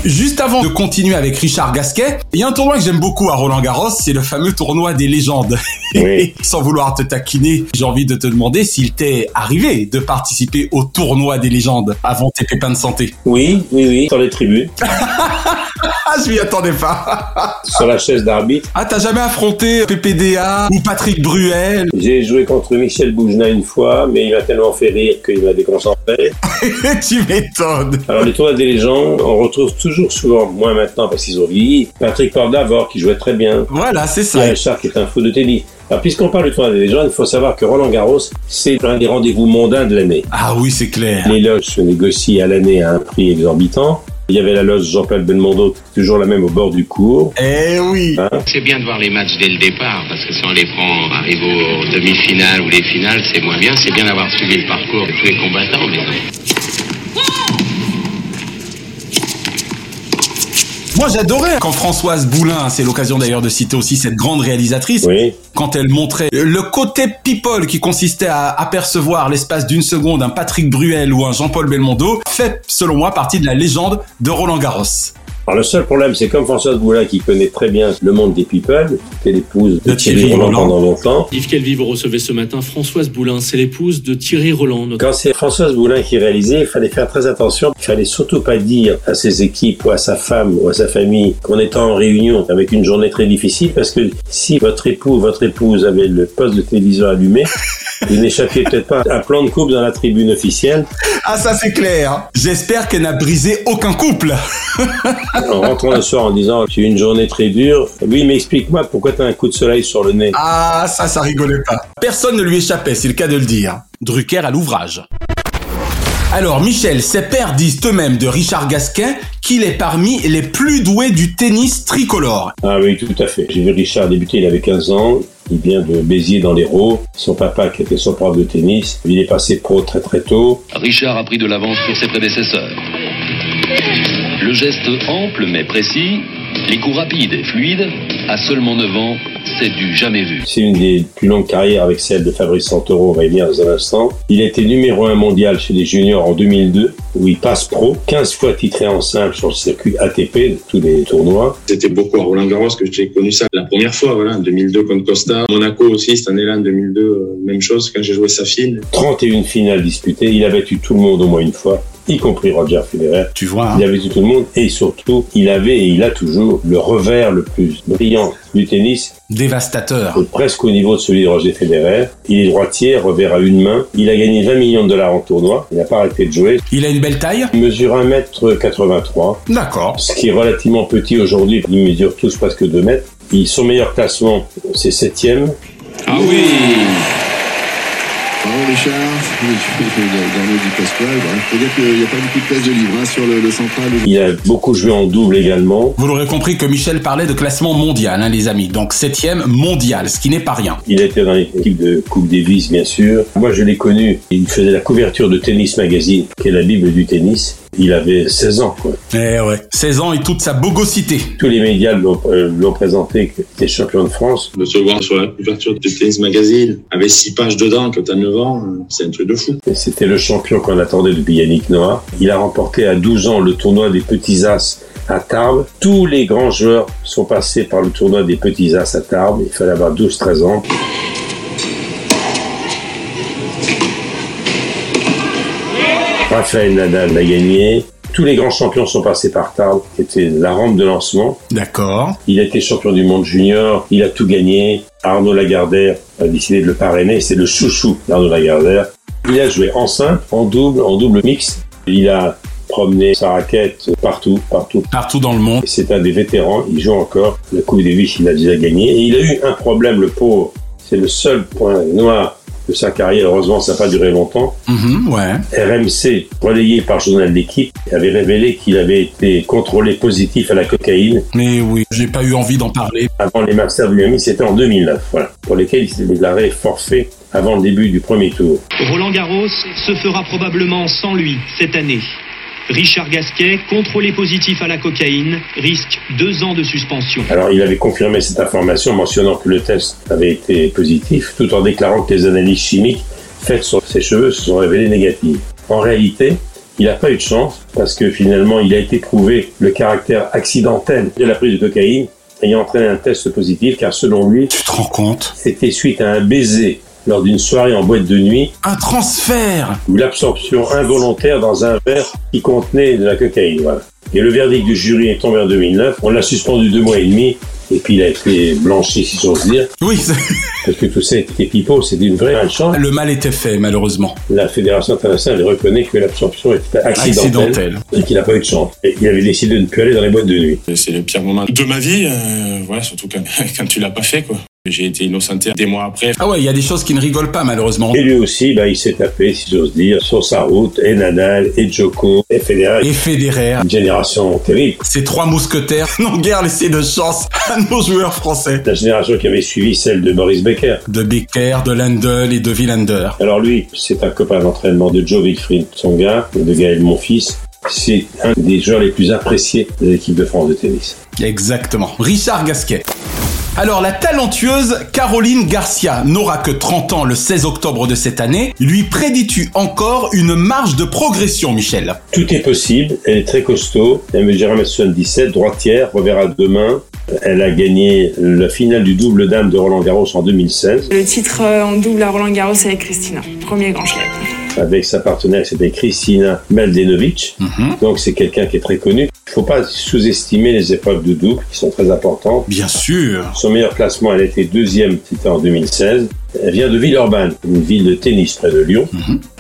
Juste avant de continuer avec Richard Gasquet, il y a un tournoi que j'aime beaucoup à Roland Garros, c'est le fameux tournoi des légendes.
Oui.
Sans vouloir te taquiner, j'ai envie de te demander s'il t'est arrivé de participer au tournoi des légendes avant tes pépins de santé.
Oui, oui, oui, sur les tribunes,
Ah, je m'y attendais pas.
sur la chaise d'arbitre.
Ah, t'as jamais affronté PPDA ou Patrick Bruel
J'ai joué contre Michel Boujna une fois, mais il m'a tellement fait rire qu'il m'a déconcentré.
Tu m'étonnes.
Alors les tournois des légendes, on retrouve toujours souvent, moins maintenant parce qu'ils ont vieilli, Patrick Pordavor qui jouait très bien,
Voilà, c'est ça.
Pierre Richard qui est un fou de tennis. Alors puisqu'on parle du tournoi des légendes, il faut savoir que Roland Garros, c'est l'un des rendez-vous mondains de l'année.
Ah oui, c'est clair.
Les loges se négocient à l'année à un prix exorbitant. Il y avait la loge Jean-Paul Belmondo, toujours la même au bord du cours.
Eh oui.
Hein.
C'est bien de voir les matchs dès le départ, parce que si on les prend, arrive aux demi-finales ou les finales, c'est moins bien. C'est bien d'avoir suivi le parcours de tous les combattants, mais non.
Moi, j'adorais quand Françoise Boulin, c'est l'occasion d'ailleurs de citer aussi cette grande réalisatrice,
Oui.
quand elle montrait le côté people qui consistait à apercevoir l'espace d'une seconde un Patrick Bruel ou un Jean-Paul Belmondo, fait selon moi partie de la légende de Roland Garros.
Alors le seul problème, c'est comme Françoise Boulin qui connaît très bien le monde des people, qui est l'épouse de,
De Thierry
Thierry Roland
Roland.
pendant longtemps,
Yves Calvi, vous recevez ce matin Françoise Boulin, c'est l'épouse de Thierry Roland. notre-
Quand c'est Françoise Boulin qui réalisait, il fallait faire très attention. Il fallait surtout pas dire à ses équipes ou à sa femme ou à sa famille qu'on était en réunion avec une journée très difficile parce que si votre époux ou votre épouse avait le poste de téléviseur allumé, il n'échappait peut-être pas à un plan de coupe dans la tribune officielle.
Ah ça c'est clair. J'espère qu'elle n'a brisé aucun couple.
en rentrant le soir en disant j'ai eu une journée très dure. Oui, mais explique-moi pourquoi t'as un coup de soleil sur le nez.
Ah, ça, ça rigolait pas. Personne ne lui échappait, c'est le cas de le dire. Drucker à l'ouvrage. Alors, Michel, ses pairs disent eux-mêmes de Richard Gasquin qu'il est parmi les plus doués du tennis tricolore.
Ah oui, tout à fait. J'ai vu Richard débuter, il avait 15 ans. Il vient de Béziers dans l'Hérault. Son papa, qui était son prof de tennis, il est passé pro très très tôt.
Richard a pris de l'avance sur ses prédécesseurs. Le geste ample mais précis, les coups rapides et fluides, à seulement 9 ans, c'est du jamais vu.
C'est une des plus longues carrières avec celle de Fabrice Santoro, on va y venir dans un instant. Il a été numéro 1 mondial chez les juniors en 2002, où il passe pro, 15 fois titré en simple sur le circuit ATP de tous les tournois.
C'était beaucoup à Roland Garros que j'ai connu ça la première fois, voilà, en 2002 contre Costa. Monaco aussi, cette année-là, en 2002, euh, même chose, quand j'ai joué Safine.
31 finales disputées, il a battu tout le monde au moins une fois y compris Roger Federer.
Tu vois. hein.
Il avait vu tout le monde et surtout, il avait et il a toujours le revers le plus brillant du tennis,
Dévastateur.
presque au niveau de celui de Roger Federer. Il est droitier, revers à une main. Il a gagné 20 millions de dollars en tournoi. Il n'a pas arrêté de jouer.
Il a une belle taille
Il mesure 1m83,
D'accord.
ce qui est relativement petit aujourd'hui. Ils mesurent tous presque 2 mètres. Il- son meilleur classement, c'est 7
Ah oui
Bravo Richard, Garneau du Pasquale. Il faut dire qu'il n'y a pas beaucoup de place de libre hein, sur le, le central.
Il a beaucoup joué en double également.
Vous l'aurez compris que Michel parlait de classement mondial, hein, les amis. Donc septième mondial, ce qui n'est pas rien.
Il était dans l'équipe de Coupe Davis, bien sûr. Moi, je l'ai connu. Il faisait la couverture de Tennis Magazine, qui est la Bible du tennis. Il avait 16 ans, quoi.
Eh ouais. 16 ans et toute sa bogosité.
Tous les médias l'ont euh, l'ont présenté, qu'il était champion de France.
De se voir sur la couverture du Tennis Magazine, avec 6 pages dedans quand t'as 9 ans, euh, c'est un truc de fou.
Et C'était le champion qu'on attendait depuis Yannick Noah. Il a remporté à 12 ans le tournoi des Petits As à Tarbes. Tous les grands joueurs sont passés par le tournoi des Petits As à Tarbes. Il fallait avoir 12-13 ans. Raphaël Nadal l'a gagné. Tous les grands champions sont passés par Tarbes, qui était la rampe de lancement.
D'accord.
Il a été champion du monde junior, il a tout gagné. Arnaud Lagardère a décidé de le parrainer, c'est le chouchou d'Arnaud Lagardère. Il a joué en simple, en double, en double mix. Il a promené sa raquette partout, partout.
Partout dans le monde.
Et C'est un des vétérans, il joue encore. La Coupe Davis, il a déjà gagné. Et il a eu un problème, le pauvre. C'est le seul point noir de sa carrière. Heureusement, ça n'a pas duré longtemps.
Mhm, ouais.
RMC, relayé par Journal d'équipe, avait révélé qu'il avait été contrôlé positif à la cocaïne
Mais oui, j'ai pas eu envie d'en parler.
avant les Masters de Miami, c'était en 2009, voilà, pour lesquels il s'est déclaré forfait avant le début du premier tour.
Roland Garros se fera probablement sans lui cette année. Richard Gasquet, contrôlé positif à la cocaïne, risque deux ans de suspension.
Alors, il avait confirmé cette information en mentionnant que le test avait été positif, tout en déclarant que les analyses chimiques faites sur ses cheveux se sont révélées négatives. En réalité, il n'a pas eu de chance parce que finalement, il a été prouvé le caractère accidentel de la prise de cocaïne ayant entraîné un test positif, car selon lui,
Tu te rends compte
c'était suite à un baiser lors d'une soirée en boîte de nuit
Un transfert
ou l'absorption involontaire dans un verre qui contenait de la cocaïne. Voilà. Et le verdict du jury est tombé en 2009. On l'a suspendu deux mois et demi. Et puis il a été blanchi, si j'ose dire,
Oui, c'est-
parce que tout ça était pipeau, c'est une vraie malchance.
le mal était fait, malheureusement.
La Fédération internationale reconnaît que l'absorption était accidentelle,
Accidentelle.
et qu'il n'a pas eu de chance. Et il avait décidé de ne plus aller dans les boîtes de nuit.
Et C'est le pire moment de ma vie, euh, voilà, surtout quand, quand tu l'as pas fait, quoi. J'ai été innocenté des mois après.
Ah ouais, il y a des choses qui ne rigolent pas, malheureusement.
Et lui aussi, bah, il s'est tapé, si j'ose dire, sur sa route, et Nadal, et Djoko, et Federer.
Et Federer,
Une génération terrible.
ces trois mousquetaires n'ont guère laissé de chance à nos joueurs français.
La génération qui avait suivi celle de Boris Becker.
De Becker, de Landel et de Villander.
Alors lui, c'est un copain d'entraînement de Joe Wilfried Tsonga et de Gaël Monfils. C'est un des joueurs les plus appréciés de l'équipe de France de tennis.
Exactement. Richard Gasquet. Alors la talentueuse Caroline Garcia n'aura que 30 ans le 16 octobre de cette année. Lui prédis-tu encore une marge de progression, Michel
Tout est possible, elle est très costaud, elle mesure 1m77, droitière, reverra demain. Elle a gagné la finale du double dame de Roland Garros en 2016.
Le titre euh, en double à Roland Garros avec Christina. Premier grand chelem.
Avec sa partenaire, c'était Kristina Mladenovic.
Mhm.
Donc c'est quelqu'un qui est très connu. Il ne faut pas sous-estimer les épreuves de double qui sont très importantes.
Bien sûr.
Son meilleur classement, elle était deuxième, c'était en 2016. Elle vient de Villeurbanne, une ville de tennis près de Lyon.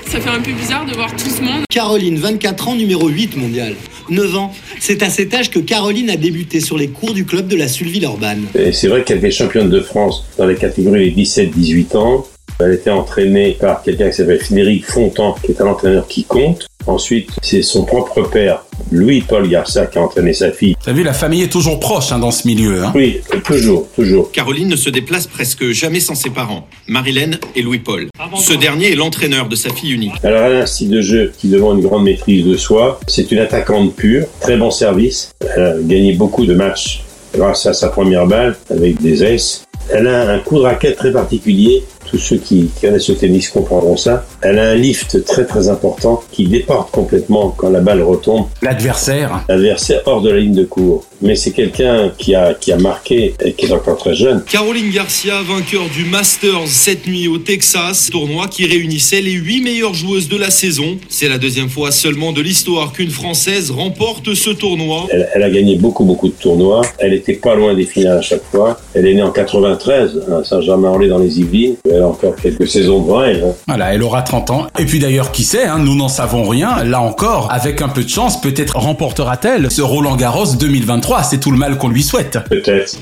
Ça fait un peu bizarre de voir tout ce monde.
Caroline, 24 ans, numéro 8 mondial. 9 ans. C'est à cet âge que Caroline a débuté sur les cours du club de la Sulville-Orban.
Et c'est vrai qu'elle était championne de France dans la catégorie des 17-18 ans. Elle était entraînée par quelqu'un qui s'appelle Frédéric Fontan, qui est un entraîneur qui compte. Ensuite, c'est son propre père, Louis-Paul Garça, qui a entraîné sa fille.
T'as vu, la famille est toujours proche hein, dans ce milieu. Hein.
Oui, toujours, toujours.
Caroline ne se déplace presque jamais sans ses parents, Marilène et Louis-Paul. Ce dernier est l'entraîneur de sa fille unique.
Alors, elle a un style de jeu qui demande une grande maîtrise de soi. C'est une attaquante pure, très bon service. Elle a gagné beaucoup de matchs grâce à sa première balle avec des aces. Elle a un coup de raquette très particulier. Tous ceux qui connaissent le tennis comprendront ça. Elle a un lift très très important qui déporte complètement quand la balle retombe.
L'adversaire.
L'adversaire hors de la ligne de cours. Mais c'est quelqu'un qui a, qui a marqué et qui est encore très jeune.
Caroline Garcia, vainqueur du Masters cette nuit au Texas, tournoi qui réunissait les 8 meilleures joueuses de la saison. C'est la deuxième fois seulement de l'histoire qu'une Française remporte ce tournoi.
Elle, elle a gagné beaucoup beaucoup de tournois. Elle était pas loin des finales à chaque fois. Elle est née en 80 à Saint-Germain-en-Laye dans les Yvelines. Elle a encore quelques saisons devant elle. Hein.
Voilà, elle aura 30 ans. Et puis d'ailleurs, qui sait, hein, nous n'en savons rien. Là encore, avec un peu de chance, peut-être remportera-t-elle ce Roland Garros 2023. C'est tout le mal qu'on lui souhaite.
Peut-être.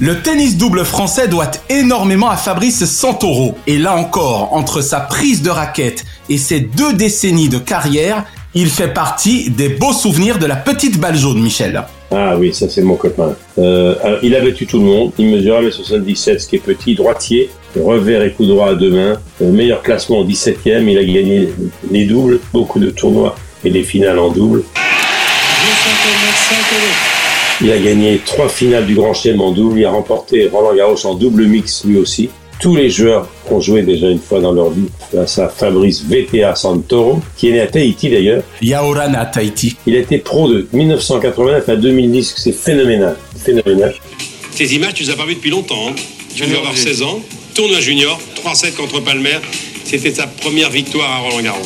Le tennis double français doit énormément à Fabrice Santoro. Et là encore, entre sa prise de raquette et ses deux décennies de carrière, il fait partie des beaux souvenirs de la petite balle jaune, Michel.
Ah oui, ça c'est mon copain. Euh, alors, il avait tué tout le monde. Il mesurait les 77, ce qui est petit, droitier, revers et coup droit à deux mains. Le meilleur classement en 17e. Il a gagné les doubles, beaucoup de tournois et des finales en double. Il a gagné trois finales du Grand Chelem en double. Il a remporté Roland Garros en double mix lui aussi. Tous les joueurs ont joué déjà une fois dans leur vie face à Fabrice VTA Santoro, qui est né à Tahiti d'ailleurs.
Yaorana Tahiti.
Il a été pro de 1989 à 2010, c'est phénoménal, phénoménal.
Tes images, tu les as pas vues depuis longtemps. Hein. Tu dois avoir 16 ans. Tournoi junior, 3-7 contre Palmer. C'était sa première victoire à Roland Garros,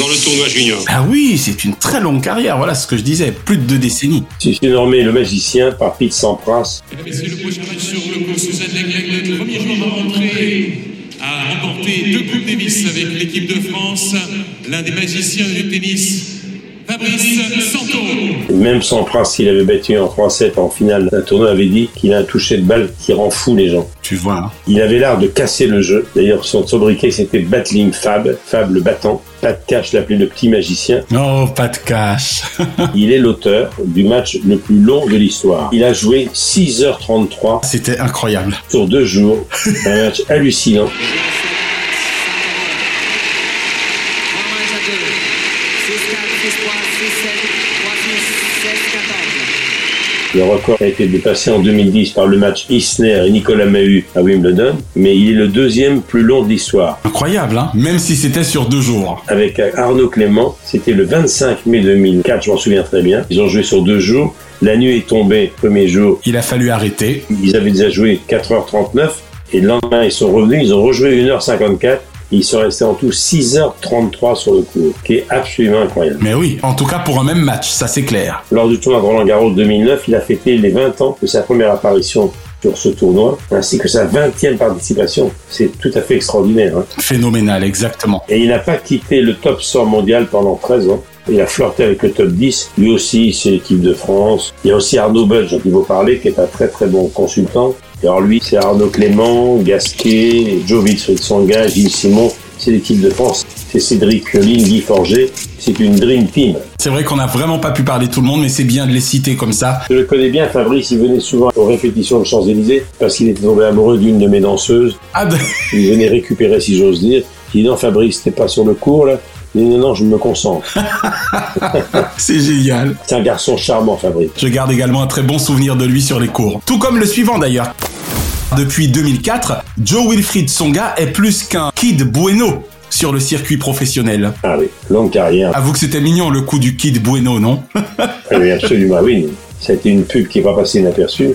dans le tournoi junior.
Ah oui, c'est une très longue carrière, voilà ce que je disais, plus de deux décennies.
C'est nommé le magicien par Pete Sampras.
C'est le prochain match sur le cours Suzanne Lenglen, le premier joueur à rentrer, a remporté deux Coupes Davis avec l'équipe de France, l'un des magiciens du tennis. Fabrice Santoro.
Même Sampras, il avait battu en 3-7 en finale d'un tournoi, avait dit qu'il a un toucher de balle qui rend fou les gens.
Tu vois. Hein.
Il avait l'art de casser le jeu. D'ailleurs, son sobriquet, c'était Battling Fab, Fab le battant. Pat Cash l'appelait le petit magicien.
Non, oh, Pat Cash.
il est l'auteur du match le plus long de l'histoire. Il a joué 6h33.
C'était incroyable.
Sur deux jours. un match hallucinant. Le record a été dépassé en 2010 par le match Isner et Nicolas Mahut à Wimbledon, mais il est le deuxième plus long de l'histoire.
Incroyable, hein même si c'était sur deux jours.
Avec Arnaud Clément, c'était le 25 mai 2004, je m'en souviens très bien. Ils ont joué sur deux jours. La nuit est tombée, premier jour.
Il a fallu arrêter.
Ils avaient déjà joué 4h39 et le lendemain ils sont revenus, ils ont rejoué 1h54. Ils sont restés en tout 6h33 sur le cours, qui est absolument incroyable.
Mais oui, en tout cas pour un même match, ça c'est clair.
Lors du tournoi de Roland Garros 2009, il a fêté les 20 ans de sa première apparition sur ce tournoi, ainsi que sa 20e participation. C'est tout à fait extraordinaire. Hein.
Phénoménal, exactement.
Et il n'a pas quitté le top 100 mondial pendant 13 ans. Il a flirté avec le top 10. Lui aussi, c'est l'équipe de France. Il y a aussi Arnaud Budge, dont il faut parler, qui est un très très bon consultant. Alors lui, c'est Arnaud Clément, Gasquet, Joe Wilfried-Sanga, Gilles Simon. C'est l'équipe de France. C'est Cédric Pioline, Guy Forger. C'est une dream team.
C'est vrai qu'on n'a vraiment pas pu parler de tout le monde, mais c'est bien de les citer comme ça.
Je le connais bien, Fabrice, il venait souvent aux répétitions de Champs-Élysées parce qu'il était tombé amoureux d'une de mes danseuses.
Ah ben...
Il venait récupérer, si j'ose dire. Il dit non, Fabrice, t'es pas sur le cours là. Non, non, non, je me concentre.
c'est génial.
C'est un garçon charmant, Fabrice.
Je garde également un très bon souvenir de lui sur les cours. Tout comme le suivant d'ailleurs. Depuis 2004, Joe Wilfried Songa est plus qu'un kid bueno sur le circuit professionnel.
Ah oui, longue carrière. Ah
Avoue que c'était mignon le coup du kid bueno, non
Oui, absolument, oui. C'était une pub qui n'est pas passée inaperçue.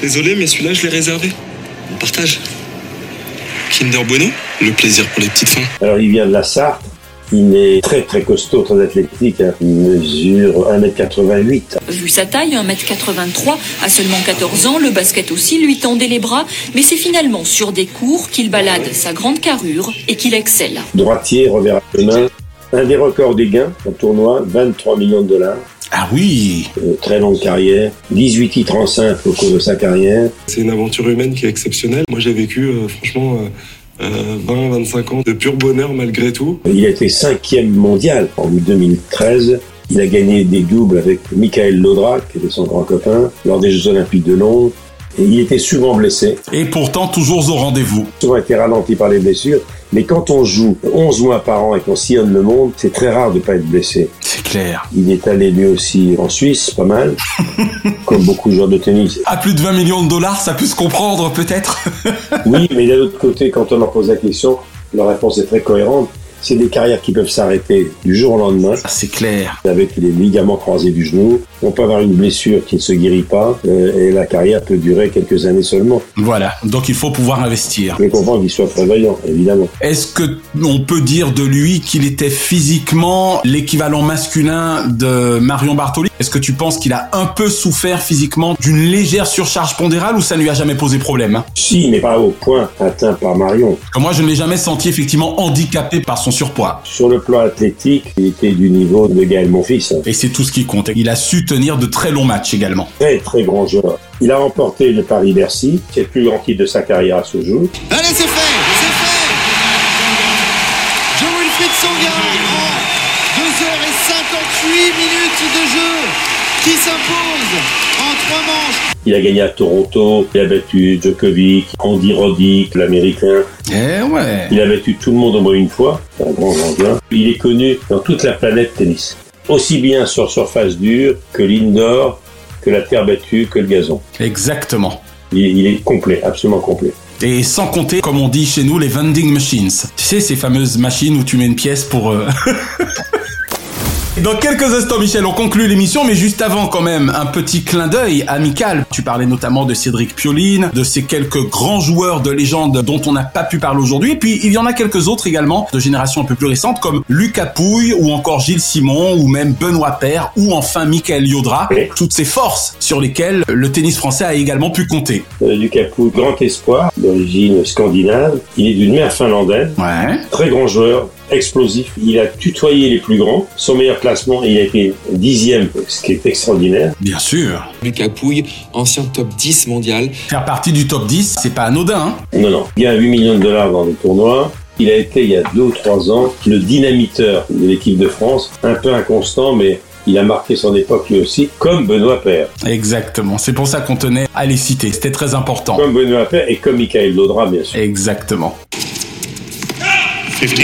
Désolé, mais celui-là, je l'ai réservé. On partage. Kinder Bueno, le plaisir pour les petites fins.
Alors, il vient de la Sarthe, Il est très très costaud, très athlétique. hein. Il mesure 1m88.
Vu sa taille, 1m83, à seulement 14 ans, le basket aussi lui tendait les bras, mais c'est finalement sur des cours qu'il balade sa grande carrure et qu'il excelle.
Droitier, revers à deux mains. Un des records des gains au tournoi, 23 millions de dollars.
Ah oui
Une très longue carrière, 18 titres en simple au cours de sa carrière.
C'est une aventure humaine qui est exceptionnelle. Moi, j'ai vécu, euh, franchement, euh, euh, 20, 25 ans de pur bonheur malgré tout.
Il a été cinquième mondial en 2013. Il a gagné des doubles avec Michael Lodra, qui était son grand copain, lors des Jeux Olympiques de Londres. Et il était souvent blessé.
Et pourtant, toujours au rendez-vous.
souvent été ralenti par les blessures. Mais quand on joue 11 mois par an et qu'on sillonne le monde, c'est très rare de pas être blessé.
C'est clair.
Il est allé lui aussi en Suisse, pas mal, comme beaucoup de joueurs de tennis.
À plus de 20 millions de dollars, ça peut se comprendre peut-être
Oui, mais d'un autre côté, quand on leur pose la question, leur réponse est très cohérente. C'est des carrières qui peuvent s'arrêter du jour au lendemain.
C'est clair.
Avec les ligaments croisés du genou, on peut avoir une blessure qui ne se guérit pas euh, et la carrière peut durer quelques années seulement.
Voilà, donc il faut pouvoir investir.
Je comprends qu'il soit prévoyant, évidemment.
Est-ce que on peut dire de lui qu'il était physiquement l'équivalent masculin de Marion Bartoli Est-ce que tu penses qu'il a un peu souffert physiquement d'une légère surcharge pondérale ou ça ne lui a jamais posé problème hein
Si, mais pas au point atteint par Marion.
Parce que moi, je ne l'ai jamais senti effectivement handicapé par son surpoids.
Sur le plan athlétique, il était du niveau de Gaël Monfils. hein.
Et c'est tout ce qui compte. Il a su tenir de très longs matchs également.
Très, très grand joueur. Il a remporté le Paris-Bercy, qui est le plus grand titre de sa carrière à ce jour.
Allez, c'est fait, c'est fait Joe Wilfried Sangain en 2h58 minutes de jeu qui s'impose en 3 manches.
Il a gagné à Toronto, il a battu Djokovic, Andy Roddick, l'américain.
Eh ouais.
Il a battu tout le monde au moins une fois. C'est un grand gardien. Il est connu dans toute la planète tennis. Aussi bien sur surface dure que l'indoor, que la terre battue, que le gazon.
Exactement.
Il, il est complet, absolument complet.
Et sans compter, comme on dit chez nous, les vending machines. Tu sais, ces fameuses machines où tu mets une pièce pour... euh, Dans quelques instants, Michel, on conclut l'émission, mais juste avant, quand même, un petit clin d'œil amical. Tu parlais notamment de Cédric Pioline, de ces quelques grands joueurs de légende dont on n'a pas pu parler aujourd'hui. Puis il y en a quelques autres également de générations un peu plus récentes, comme Lucas Pouille, ou encore Gilles Simon, ou même Benoît Paire, ou enfin Michael Yodra.
Oui.
Toutes ces forces sur lesquelles le tennis français a également pu compter.
Euh, Lucas Pou, grand espoir, d'origine scandinave. Il est d'une mère finlandaise.
Ouais.
Très grand joueur, explosif. Il a tutoyé les plus grands. Son meilleur classement, il a été dixième, ce qui est extraordinaire.
Bien sûr.
Lucas Pouille, ancien top 10 mondial,
Faire partie du top 10, c'est pas anodin, hein
Non, non. Il a 8 millions de dollars dans le tournoi. Il a été, il y a deux ou trois ans, le dynamiteur de l'équipe de France. Un peu inconstant, mais il a marqué son époque lui aussi, comme Benoît Paire.
Exactement. C'est pour ça qu'on tenait à les citer. C'était très important.
Comme Benoît Paire et comme Michael Laudra, bien sûr.
Exactement.
15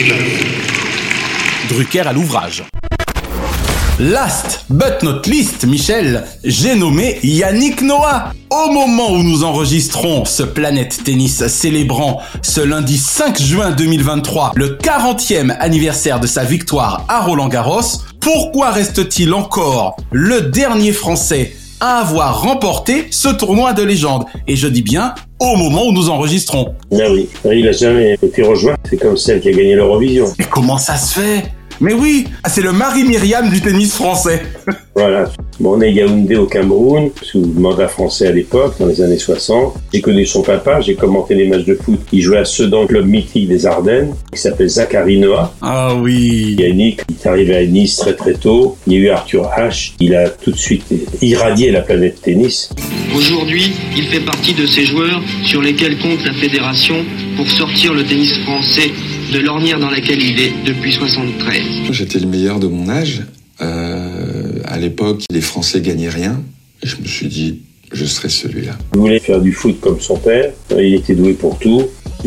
love.
Drucker à l'ouvrage. Last but not least, Michel, j'ai nommé Yannick Noah. Au moment où nous enregistrons ce Planète Tennis célébrant ce lundi 5 juin 2023 le 40e anniversaire de sa victoire à Roland Garros, pourquoi reste-t-il encore le dernier Français à avoir remporté ce tournoi de légende Et je dis bien au moment où nous enregistrons.
Ah oui. Il a jamais été rejoint. C'est comme celle qui a gagné l'Eurovision.
Mais comment ça se fait Mais oui, ah, c'est le Marie Myriam du tennis français.
Voilà. Bon, on est Yaoundé au Cameroun, sous mandat français à l'époque, dans les années 60. J'ai connu son papa, j'ai commenté les matchs de foot. Il jouait à Sedan, club mythique des Ardennes, qui s'appelle Zachary Noah.
Ah oui.
Yannick il est arrivé à Nice très très tôt. Il y a eu Arthur H. Il a tout de suite irradié la planète tennis.
Aujourd'hui, il fait partie de ces joueurs sur lesquels compte la fédération pour sortir le tennis français de l'ornière dans laquelle il est depuis 73.
J'étais le meilleur de mon âge. Euh, à l'époque, les Français gagnaient rien. Et je me suis dit, je serai celui-là.
Il voulait faire du foot comme son père. Il était doué pour tout.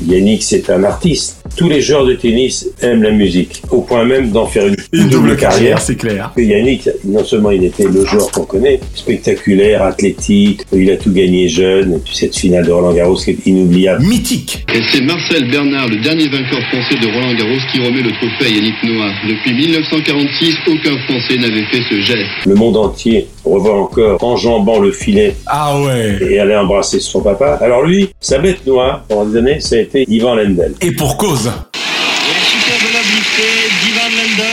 Yannick, c'est un artiste. Tous les joueurs de tennis aiment la musique, au point même d'en faire une,
Une double carrière, c'est clair.
Et Yannick, non seulement il était le joueur qu'on connaît, spectaculaire, athlétique, il a tout gagné jeune, et puis cette finale de Roland Garros qui est inoubliable.
Mythique.
Et c'est Marcel Bernard, le dernier vainqueur français de Roland Garros, qui remet le trophée à Yannick Noah. Depuis 1946, aucun Français n'avait fait ce geste.
Le monde entier revoit encore enjambant le filet
Ah ouais.
et aller embrasser son papa. Alors lui, sa bête noire, pendant des années, ça a été Ivan Lendl.
Et pour cause.
Et la superbe love lifté d'Ivan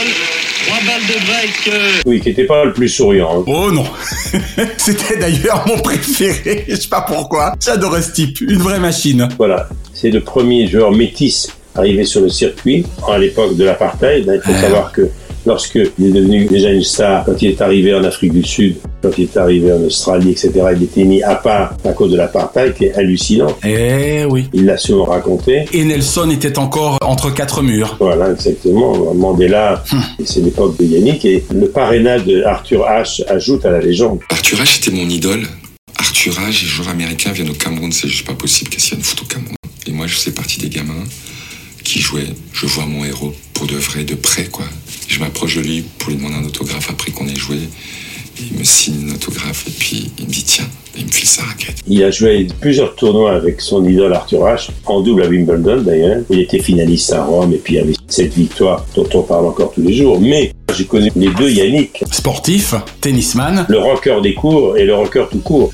cheval de break. euh,
Oui, qui n'était pas le plus souriant. hein.
Oh non C'était d'ailleurs mon préféré, je sais pas pourquoi. J'adorais ce type, une vraie machine.
Voilà, c'est le premier joueur métis arrivé sur le circuit à l'époque de l'apartheid. Il faut savoir que lorsque il est devenu déjà une star, quand il est arrivé en Afrique du Sud, quand il est arrivé en Australie, etc., il était mis à part à cause de l'apartheid, qui est hallucinant.
Eh oui.
Il l'a sûrement raconté.
Et Nelson était encore entre quatre murs.
Voilà, exactement. Mandela, et c'est l'époque de Yannick, et le parrainage de Arthur H. ajoute à la légende.
Arthur H était mon idole. Arthur H, les joueurs américains viennent au Cameroun, c'est juste pas possible qu'est-ce qu'il y a de foot au Cameroun. Et moi, je fais partie des gamins qui jouaient. Je vois mon héros pour de vrai, de près, quoi. Je m'approche de lui pour lui demander un autographe après qu'on ait joué. Et il me signe un autographe et puis il me dit tiens, et il me file sa raquette.
Il a joué plusieurs tournois avec son idole Arthur H, en double à Wimbledon d'ailleurs. Il était finaliste à Rome et puis il avait cette victoire dont on parle encore tous les jours. Mais j'ai connu les deux Yannick,
Sportif, tennisman,
le rocker des cours et le rocker tout court.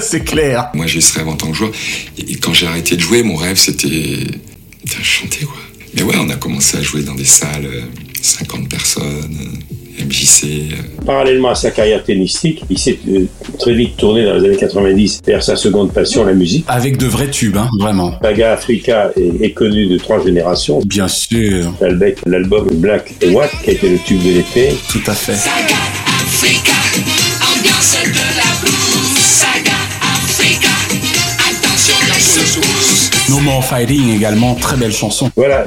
c'est clair.
Moi, j'ai ce rêve en tant que joueur. Et quand j'ai arrêté de jouer, mon rêve, c'était de chanter, quoi. Mais ouais, on a commencé à jouer dans des salles, euh, 50 personnes, euh, MJC. euh,
Parallèlement à sa carrière tennistique, il s'est euh, très vite tourné dans les années 90 vers sa seconde passion, la musique.
Avec de vrais tubes, hein, vraiment.
Saga Africa est, est connu de trois générations.
Bien sûr,
Avec l'album Black and White qui a été le tube de l'été.
tout à fait.
Saga Africa, ambiance de la blues. Saga Africa, attention les secousses.
No More Fighting également, très belle chanson.
Voilà,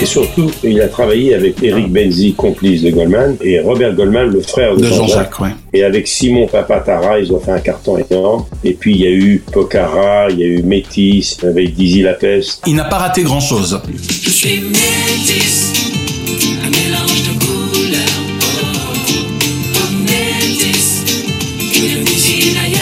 Et surtout, il a travaillé avec Eric Benzi, complice de Goldman, et Robert Goldman, le frère de,
De Jean-Jacques, ouais.
Et avec Simon Papatara, ils ont fait un carton énorme. Et puis, il y a eu Pocara, il y a eu Métis, avec Dizzy Lapeste.
Il n'a pas raté grand chose.
Je suis métisse, un mélange de couleurs. Oh, oh, métisse, une musique ailleurs.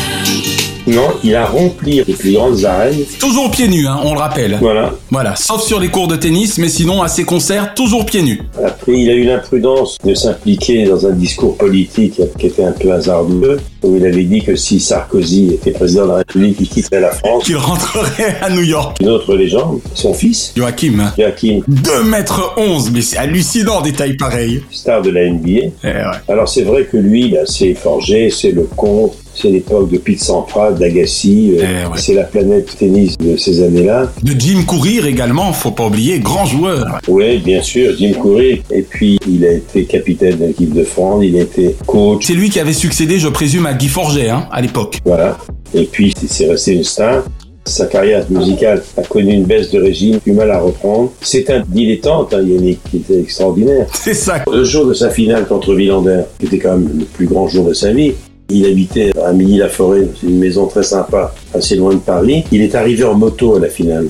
Non, il a rempli les plus grandes arènes.
Toujours pieds nus, hein, on le rappelle.
Voilà.
Voilà, sauf sur les cours de tennis, mais sinon à ses concerts, toujours pieds nus.
Après, il a eu l'imprudence de s'impliquer dans un discours politique qui était un peu hasardeux, où il avait dit que si Sarkozy était président de la République, il quitterait la France.
Qu'il rentrerait à New York.
Une autre légende, son fils,
Joachim,
Joachim,
2 mètres 11, mais c'est hallucinant des tailles pareilles.
star de la NBA,
Eh ouais.
Alors c'est vrai que lui, là, c'est Forger, c'est le con, c'est l'époque de Pete Sampras, d'Agassi, euh,
Eh ouais.
c'est la planète tennis de ces années-là.
De Jim Courir également, faut pas oublier, grand joueur.
Oui, bien sûr, Jim Courier. Et puis il a été capitaine de l'équipe de France, il a été coach,
C'est lui qui avait succédé, je présume, à Guy Forget, hein, à l'époque.
voilà. Et puis c'est resté une star. Sa carrière musicale a connu une baisse de régime, du mal à reprendre. C'est un dilettante, hein, Yannick, qui était extraordinaire.
C'est ça.
Le jour de sa finale contre Villander, qui était quand même le plus grand jour de sa vie, il habitait à Milly-la-Forêt, c'est une maison très sympa, assez loin de Paris. Il est arrivé en moto à la finale.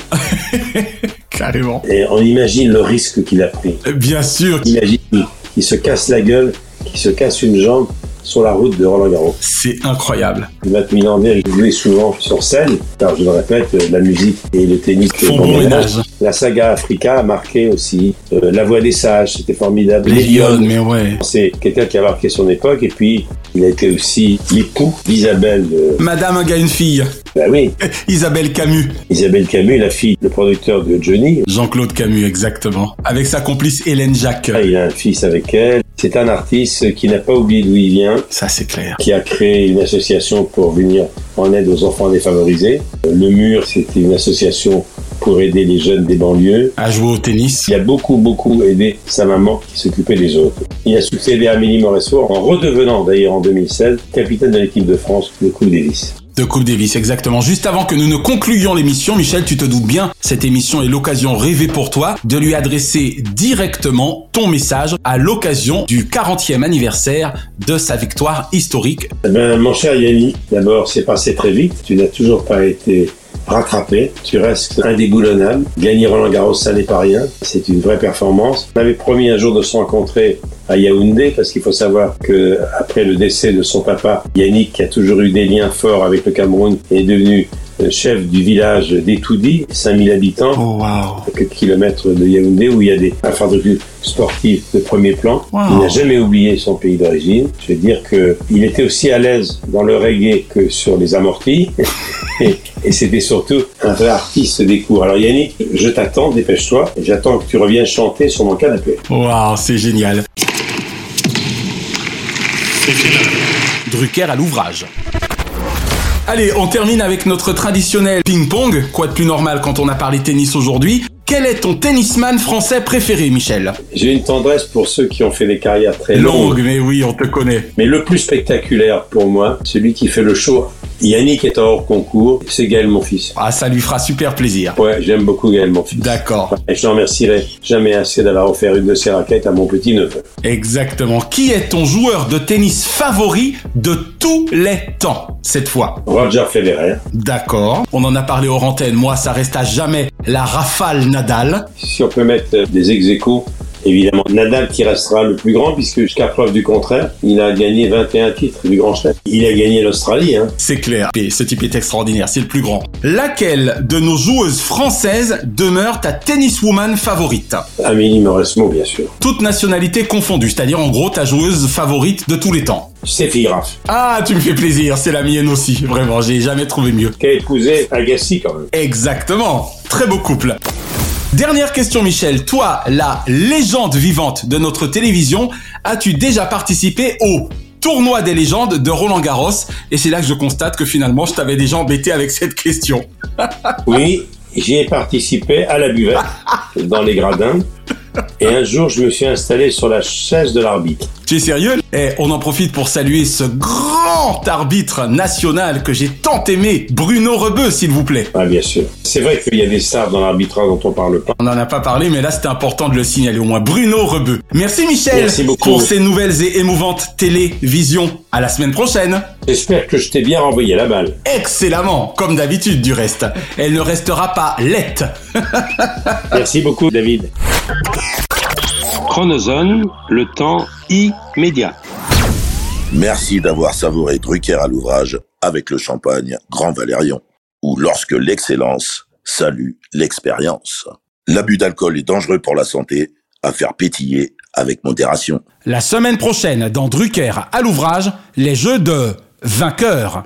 Carrément.
Et on imagine le risque qu'il a pris.
Bien sûr.
Imagine qu'il se casse la gueule, qu'il se casse une jambe sur la route de Roland-Garros.
C'est incroyable.
Matt Milander, il jouait souvent sur scène, car je le répète, euh, la musique et le tennis
Font
euh,
bon
ménage.
ménage.
La saga Africa a marqué aussi euh, La Voix des Sages, c'était formidable.
Les Lyonnes, mais ouais.
C'est quelqu'un qui a marqué son époque et puis il a été aussi l'époux d'Isabelle. euh,
Madame a une fille,
bah oui,
Isabelle Camus.
Isabelle Camus, la fille, le producteur de Johnny.
Jean-Claude Camus, exactement. Avec sa complice Hélène Jacques.
Ah, Il a un fils avec elle. C'est un artiste qui n'a pas oublié d'où il vient,
Ça, c'est clair.
qui a créé une association pour venir en aide aux enfants défavorisés. Euh, Le Mur, c'était une association pour aider les jeunes des banlieues.
À jouer au tennis.
Il a beaucoup, beaucoup aidé sa maman qui s'occupait des autres. Il a succédé à Amélie Mauresfour en redevenant d'ailleurs en 2016 capitaine de l'équipe de France, le coup Davis.
De Coupe Davis, exactement. Juste avant que nous ne concluions l'émission, Michel, tu te doutes bien, cette émission est l'occasion rêvée pour toi de lui adresser directement ton message à l'occasion du 40e anniversaire de sa victoire historique.
Eh Ben, mon cher Yannick, d'abord, c'est passé très vite. Tu n'as toujours pas été rattrapé. Tu restes indéboulonnable. Gagner Roland Garros, ça n'est pas rien. C'est une vraie performance. On avait promis un jour de se rencontrer à Yaoundé parce qu'il faut savoir que après le décès de son papa, Yannick, qui a toujours eu des liens forts avec le Cameroun, est devenu euh, chef du village d'Etoudi, 5000 habitants,
Oh.
à quelques kilomètres de Yaoundé, où il y a des infrastructures sportives de premier plan.
Wow.
Il n'a jamais oublié son pays d'origine. Je veux dire qu'il était aussi à l'aise dans le reggae que sur les amortis. et et c'était surtout un vrai artiste des cours. Alors Yannick, je t'attends, dépêche-toi. et J'attends que tu reviennes chanter sur mon canapé.
Waouh, c'est génial. Drucker à l'ouvrage. Allez, on termine avec notre traditionnel ping-pong. Quoi de plus normal quand on a parlé tennis aujourd'hui Quel est ton tennisman français préféré, Michel
J'ai une tendresse pour ceux qui ont fait des carrières très longues.
Longue, mais oui, on te connaît.
Mais le plus spectaculaire pour moi, celui qui fait le show, Yannick est hors concours, c'est Gaël mon fils.
Ah, ça lui fera super plaisir.
Ouais, j'aime beaucoup Gaël mon fils.
D'accord.
Et je n'en remercierai jamais assez d'avoir offert une de ses raquettes à mon petit neveu.
Exactement. Qui est ton joueur de tennis favori de tous les temps, cette fois
Roger Federer. hein.
D'accord. On en a parlé hors antenne. Moi, ça reste à jamais la rafale Nadal.
Si on peut mettre euh, des ex aequo, évidemment, Nadal qui restera le plus grand, puisque jusqu'à preuve du contraire, il a gagné 21 titres du Grand Chelem. Il a gagné l'Australie, hein.
C'est clair. Et ce type est extraordinaire. C'est le plus grand. Laquelle de nos joueuses françaises demeure ta tenniswoman favorite
Amélie Mauresmo, bien sûr.
Toute nationalité confondue, c'est-à-dire en gros ta joueuse favorite de tous les temps.
Steffi Graf,
Ah, tu me fais plaisir, c'est la mienne aussi. Vraiment, j'ai jamais trouvé mieux.
qui a épousé Agassi quand même.
Exactement. Très beau couple. Dernière question, Michel. Toi, la légende vivante de notre télévision, as-tu déjà participé au tournoi des légendes de Roland Garros Et c'est là que je constate que finalement, je t'avais déjà embêté avec cette question.
Oui, j'y ai participé à la buvette, dans les gradins. Et un jour, je me suis installé sur la chaise de l'arbitre.
Tu es sérieux Et on en profite pour saluer ce grand arbitre national que j'ai tant aimé, Bruno Rebeu, s'il vous plaît.
Ah, bien sûr. C'est vrai qu'il y a des stars dans l'arbitrage dont on parle pas.
On n'en a pas parlé, mais là c'était important de le signaler au moins. Bruno Rebeu. Merci Michel
Merci beaucoup.
pour ces nouvelles et émouvantes télévisions. À la semaine prochaine.
J'espère que je t'ai bien renvoyé la balle.
Excellemment, comme d'habitude du reste. Elle ne restera pas lette.
Merci beaucoup, David. Chronozone, le temps immédiat.
Merci d'avoir savouré Drucker à l'ouvrage avec le champagne Grand Valérion, ou lorsque l'excellence salue l'expérience. L'abus d'alcool est dangereux pour la santé, à faire pétiller avec modération.
La semaine prochaine, dans Drucker à l'ouvrage, les jeux de vainqueurs.